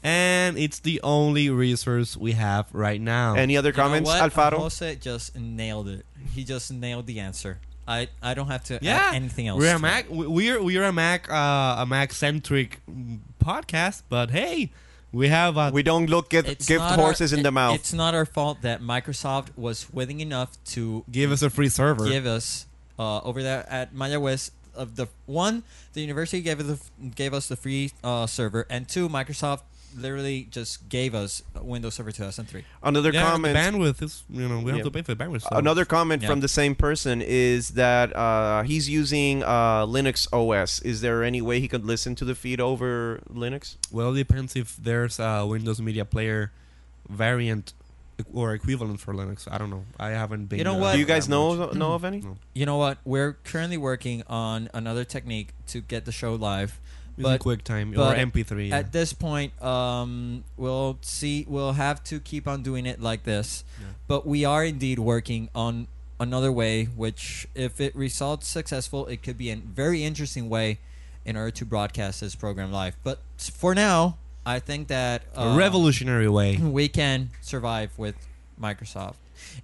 Speaker 3: and it's the only resource we have right now.
Speaker 1: Any other
Speaker 2: You know
Speaker 1: comments,
Speaker 2: what?
Speaker 1: Alfaro?
Speaker 2: Jose just nailed it. He just nailed the answer. I, I don't have to
Speaker 3: yeah,
Speaker 2: add Uh, anything else.
Speaker 3: We're
Speaker 2: to
Speaker 3: a
Speaker 2: it.
Speaker 3: Mac. we- We're we're a Mac uh, a Mac centric podcast, but hey, we have uh, a
Speaker 1: We don't look at
Speaker 2: It's
Speaker 1: gift
Speaker 2: not
Speaker 1: horses
Speaker 2: our,
Speaker 1: in
Speaker 2: it-
Speaker 1: the mouth.
Speaker 2: It's not our fault that Microsoft was willing enough to
Speaker 3: give us a free server.
Speaker 2: give us uh, over there at Maya West of the one the university gave us the, f- gave us the free uh, server and two Microsoft literally just gave us Windows Server 2003.
Speaker 1: Another
Speaker 3: yeah, the
Speaker 1: comment.
Speaker 3: bandwidth is you know we
Speaker 1: Yeah.
Speaker 3: have to pay for the bandwidth. so-
Speaker 1: Another comment
Speaker 2: Yeah.
Speaker 1: from the same person is that uh, he's using uh, Linux OS. Is there any way he could listen to the feed over Linux?
Speaker 3: Well, it depends if there's a Windows Media Player variant or equivalent for Linux. I don't know. I haven't been.
Speaker 2: You know
Speaker 3: uh,
Speaker 2: what?
Speaker 1: Do you guys
Speaker 3: that much.
Speaker 1: know know of any?
Speaker 3: No.
Speaker 2: You know what? We're currently working on another technique to get the show live. But
Speaker 3: Using QuickTime or
Speaker 2: but
Speaker 3: MP3.
Speaker 2: at this point, um, we'll see. We'll have to keep on doing it like this,
Speaker 3: Yeah.
Speaker 2: but we are indeed working on another way. Which, if it results successful, it could be a very interesting way in order to broadcast this program live. But s- for now, I think that um,
Speaker 3: a revolutionary way.
Speaker 2: we can survive with Microsoft.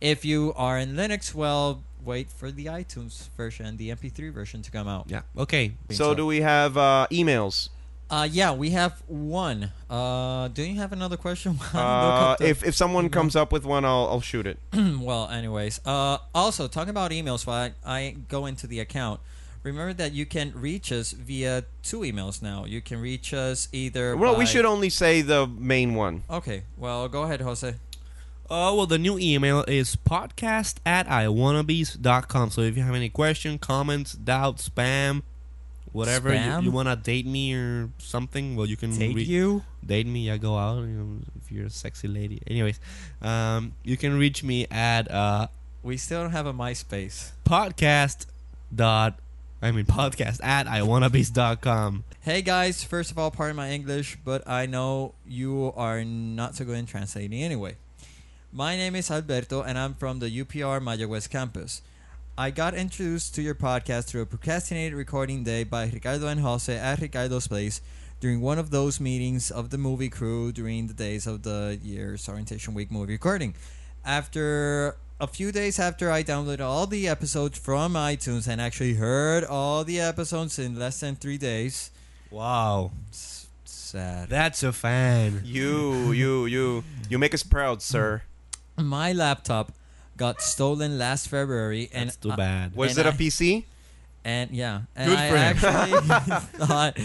Speaker 2: If you are in Linux, well, wait for the iTunes version, the MP3 version to come out.
Speaker 3: Yeah. Okay.
Speaker 1: So do we have uh, emails?
Speaker 2: Uh, yeah, we have one. Uh, do you have another question? <laughs> Look
Speaker 1: Uh,
Speaker 2: up the-
Speaker 1: if if someone comes up with one, I'll I'll shoot it.
Speaker 2: <clears throat> well, anyways. Uh, also, talking about emails, while I, I go into the account, remember that you can reach us via two emails now. You can reach us either.
Speaker 1: Well, we
Speaker 2: by-
Speaker 1: should only say the main one.
Speaker 2: Okay. Well, go ahead, Jose.
Speaker 3: Uh, well, the new email is podcast at iwannabes.com. So if you have any question, comments, doubts, spam, whatever
Speaker 2: Spam?
Speaker 3: you, you want to date me or something, well, you can
Speaker 1: Mm,
Speaker 2: Take
Speaker 3: re-
Speaker 2: you.
Speaker 3: date me. I go out. You know, if you're a sexy lady, anyways, um, you can reach me at uh,
Speaker 2: We still don't have a MySpace.
Speaker 3: podcast dot. I mean, podcast at iwannabes.com.
Speaker 2: Hey guys, first of all, pardon my English, but I know you are not so good in translating anyway. My name is Alberto, and I'm from the UPR Maya West campus. I got introduced to your podcast through a procrastinated recording day by Ricardo and Jose at Ricardo's place during one of those meetings of the movie crew during the days of the year's orientation week movie recording. After a few days after I downloaded all the episodes from iTunes and actually heard all the episodes in less than three days,
Speaker 3: Wow,
Speaker 2: S- sad.
Speaker 3: that's a fan.
Speaker 1: You you you you make us proud, sir.
Speaker 2: My laptop got stolen last February, and
Speaker 3: That's too
Speaker 2: I-
Speaker 3: bad.
Speaker 1: Was
Speaker 2: And
Speaker 1: it a
Speaker 2: I-
Speaker 1: PC?
Speaker 2: and yeah, and
Speaker 3: Good
Speaker 2: I
Speaker 3: for him.
Speaker 2: actually
Speaker 3: <laughs>
Speaker 2: <laughs> thought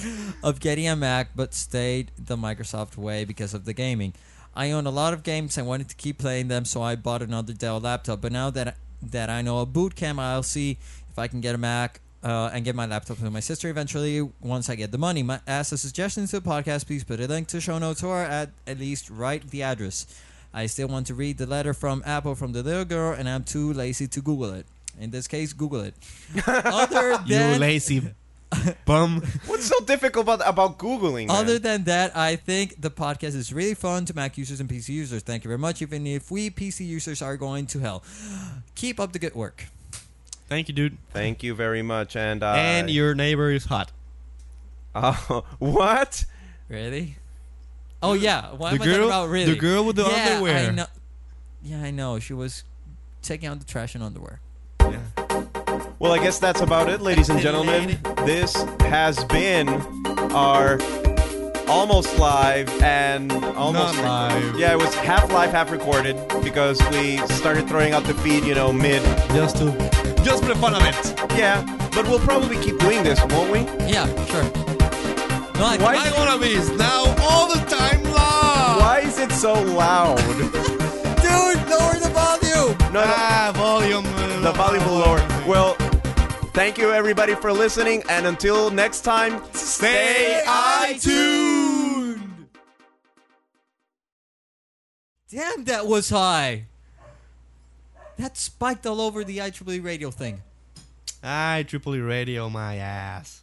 Speaker 2: of getting a Mac, but stayed the Microsoft way because of the gaming. I own a lot of games and wanted to keep playing them, so I bought another Dell laptop. But now that that I know a boot camp, I'll see if I can get a Mac. Uh, and get my laptop to my sister eventually once I get the money. My, as a suggestion to the podcast, please put a link to show notes or at, at least write the address. I still want to read the letter from Apple from the little girl, and I'm too lazy to Google it. In this case, Google
Speaker 3: <laughs>
Speaker 2: it. Other
Speaker 3: you
Speaker 2: than <laughs>
Speaker 3: lazy bum.
Speaker 1: What's so difficult about about googling? man?
Speaker 2: other than that, I think the podcast is really fun to Mac users and PC users. Thank you very much. Even if we PC users are going to hell, keep up the good work.
Speaker 3: Thank you, dude.
Speaker 1: Thank you very much. And uh,
Speaker 3: and
Speaker 1: <laughs>
Speaker 3: your neighbor is hot.
Speaker 1: Uh, what?
Speaker 2: Really? Oh yeah. Why am
Speaker 3: the
Speaker 2: I talking
Speaker 3: girl,
Speaker 2: about really?
Speaker 3: the girl with the
Speaker 2: yeah,
Speaker 3: underwear.
Speaker 2: I know. Yeah, I know. She was taking out the trash and underwear.
Speaker 3: Yeah.
Speaker 1: Well, I guess that's about it, ladies and gentlemen. This has been our almost live and almost
Speaker 3: Not live.
Speaker 1: Yeah, it was half live, half recorded because we started throwing out the feed, you know, mid.
Speaker 3: Just to, just for the fun of it.
Speaker 1: Yeah, but we'll probably keep doing this, won't we?
Speaker 2: Yeah, sure. No, I,
Speaker 1: Why-
Speaker 3: I wanna be is now all the time live.
Speaker 1: Why is it so loud?
Speaker 2: dude, lower the volume.
Speaker 1: No, no,
Speaker 3: Ah, volume. uh,
Speaker 1: the valuable
Speaker 3: uh,
Speaker 1: lower. Well, thank you everybody for listening, and until next time,
Speaker 3: stay iTuned.
Speaker 2: Damn, that was high. That E spiked all over the IEEE radio thing.
Speaker 3: I Triple E Radio, my ass.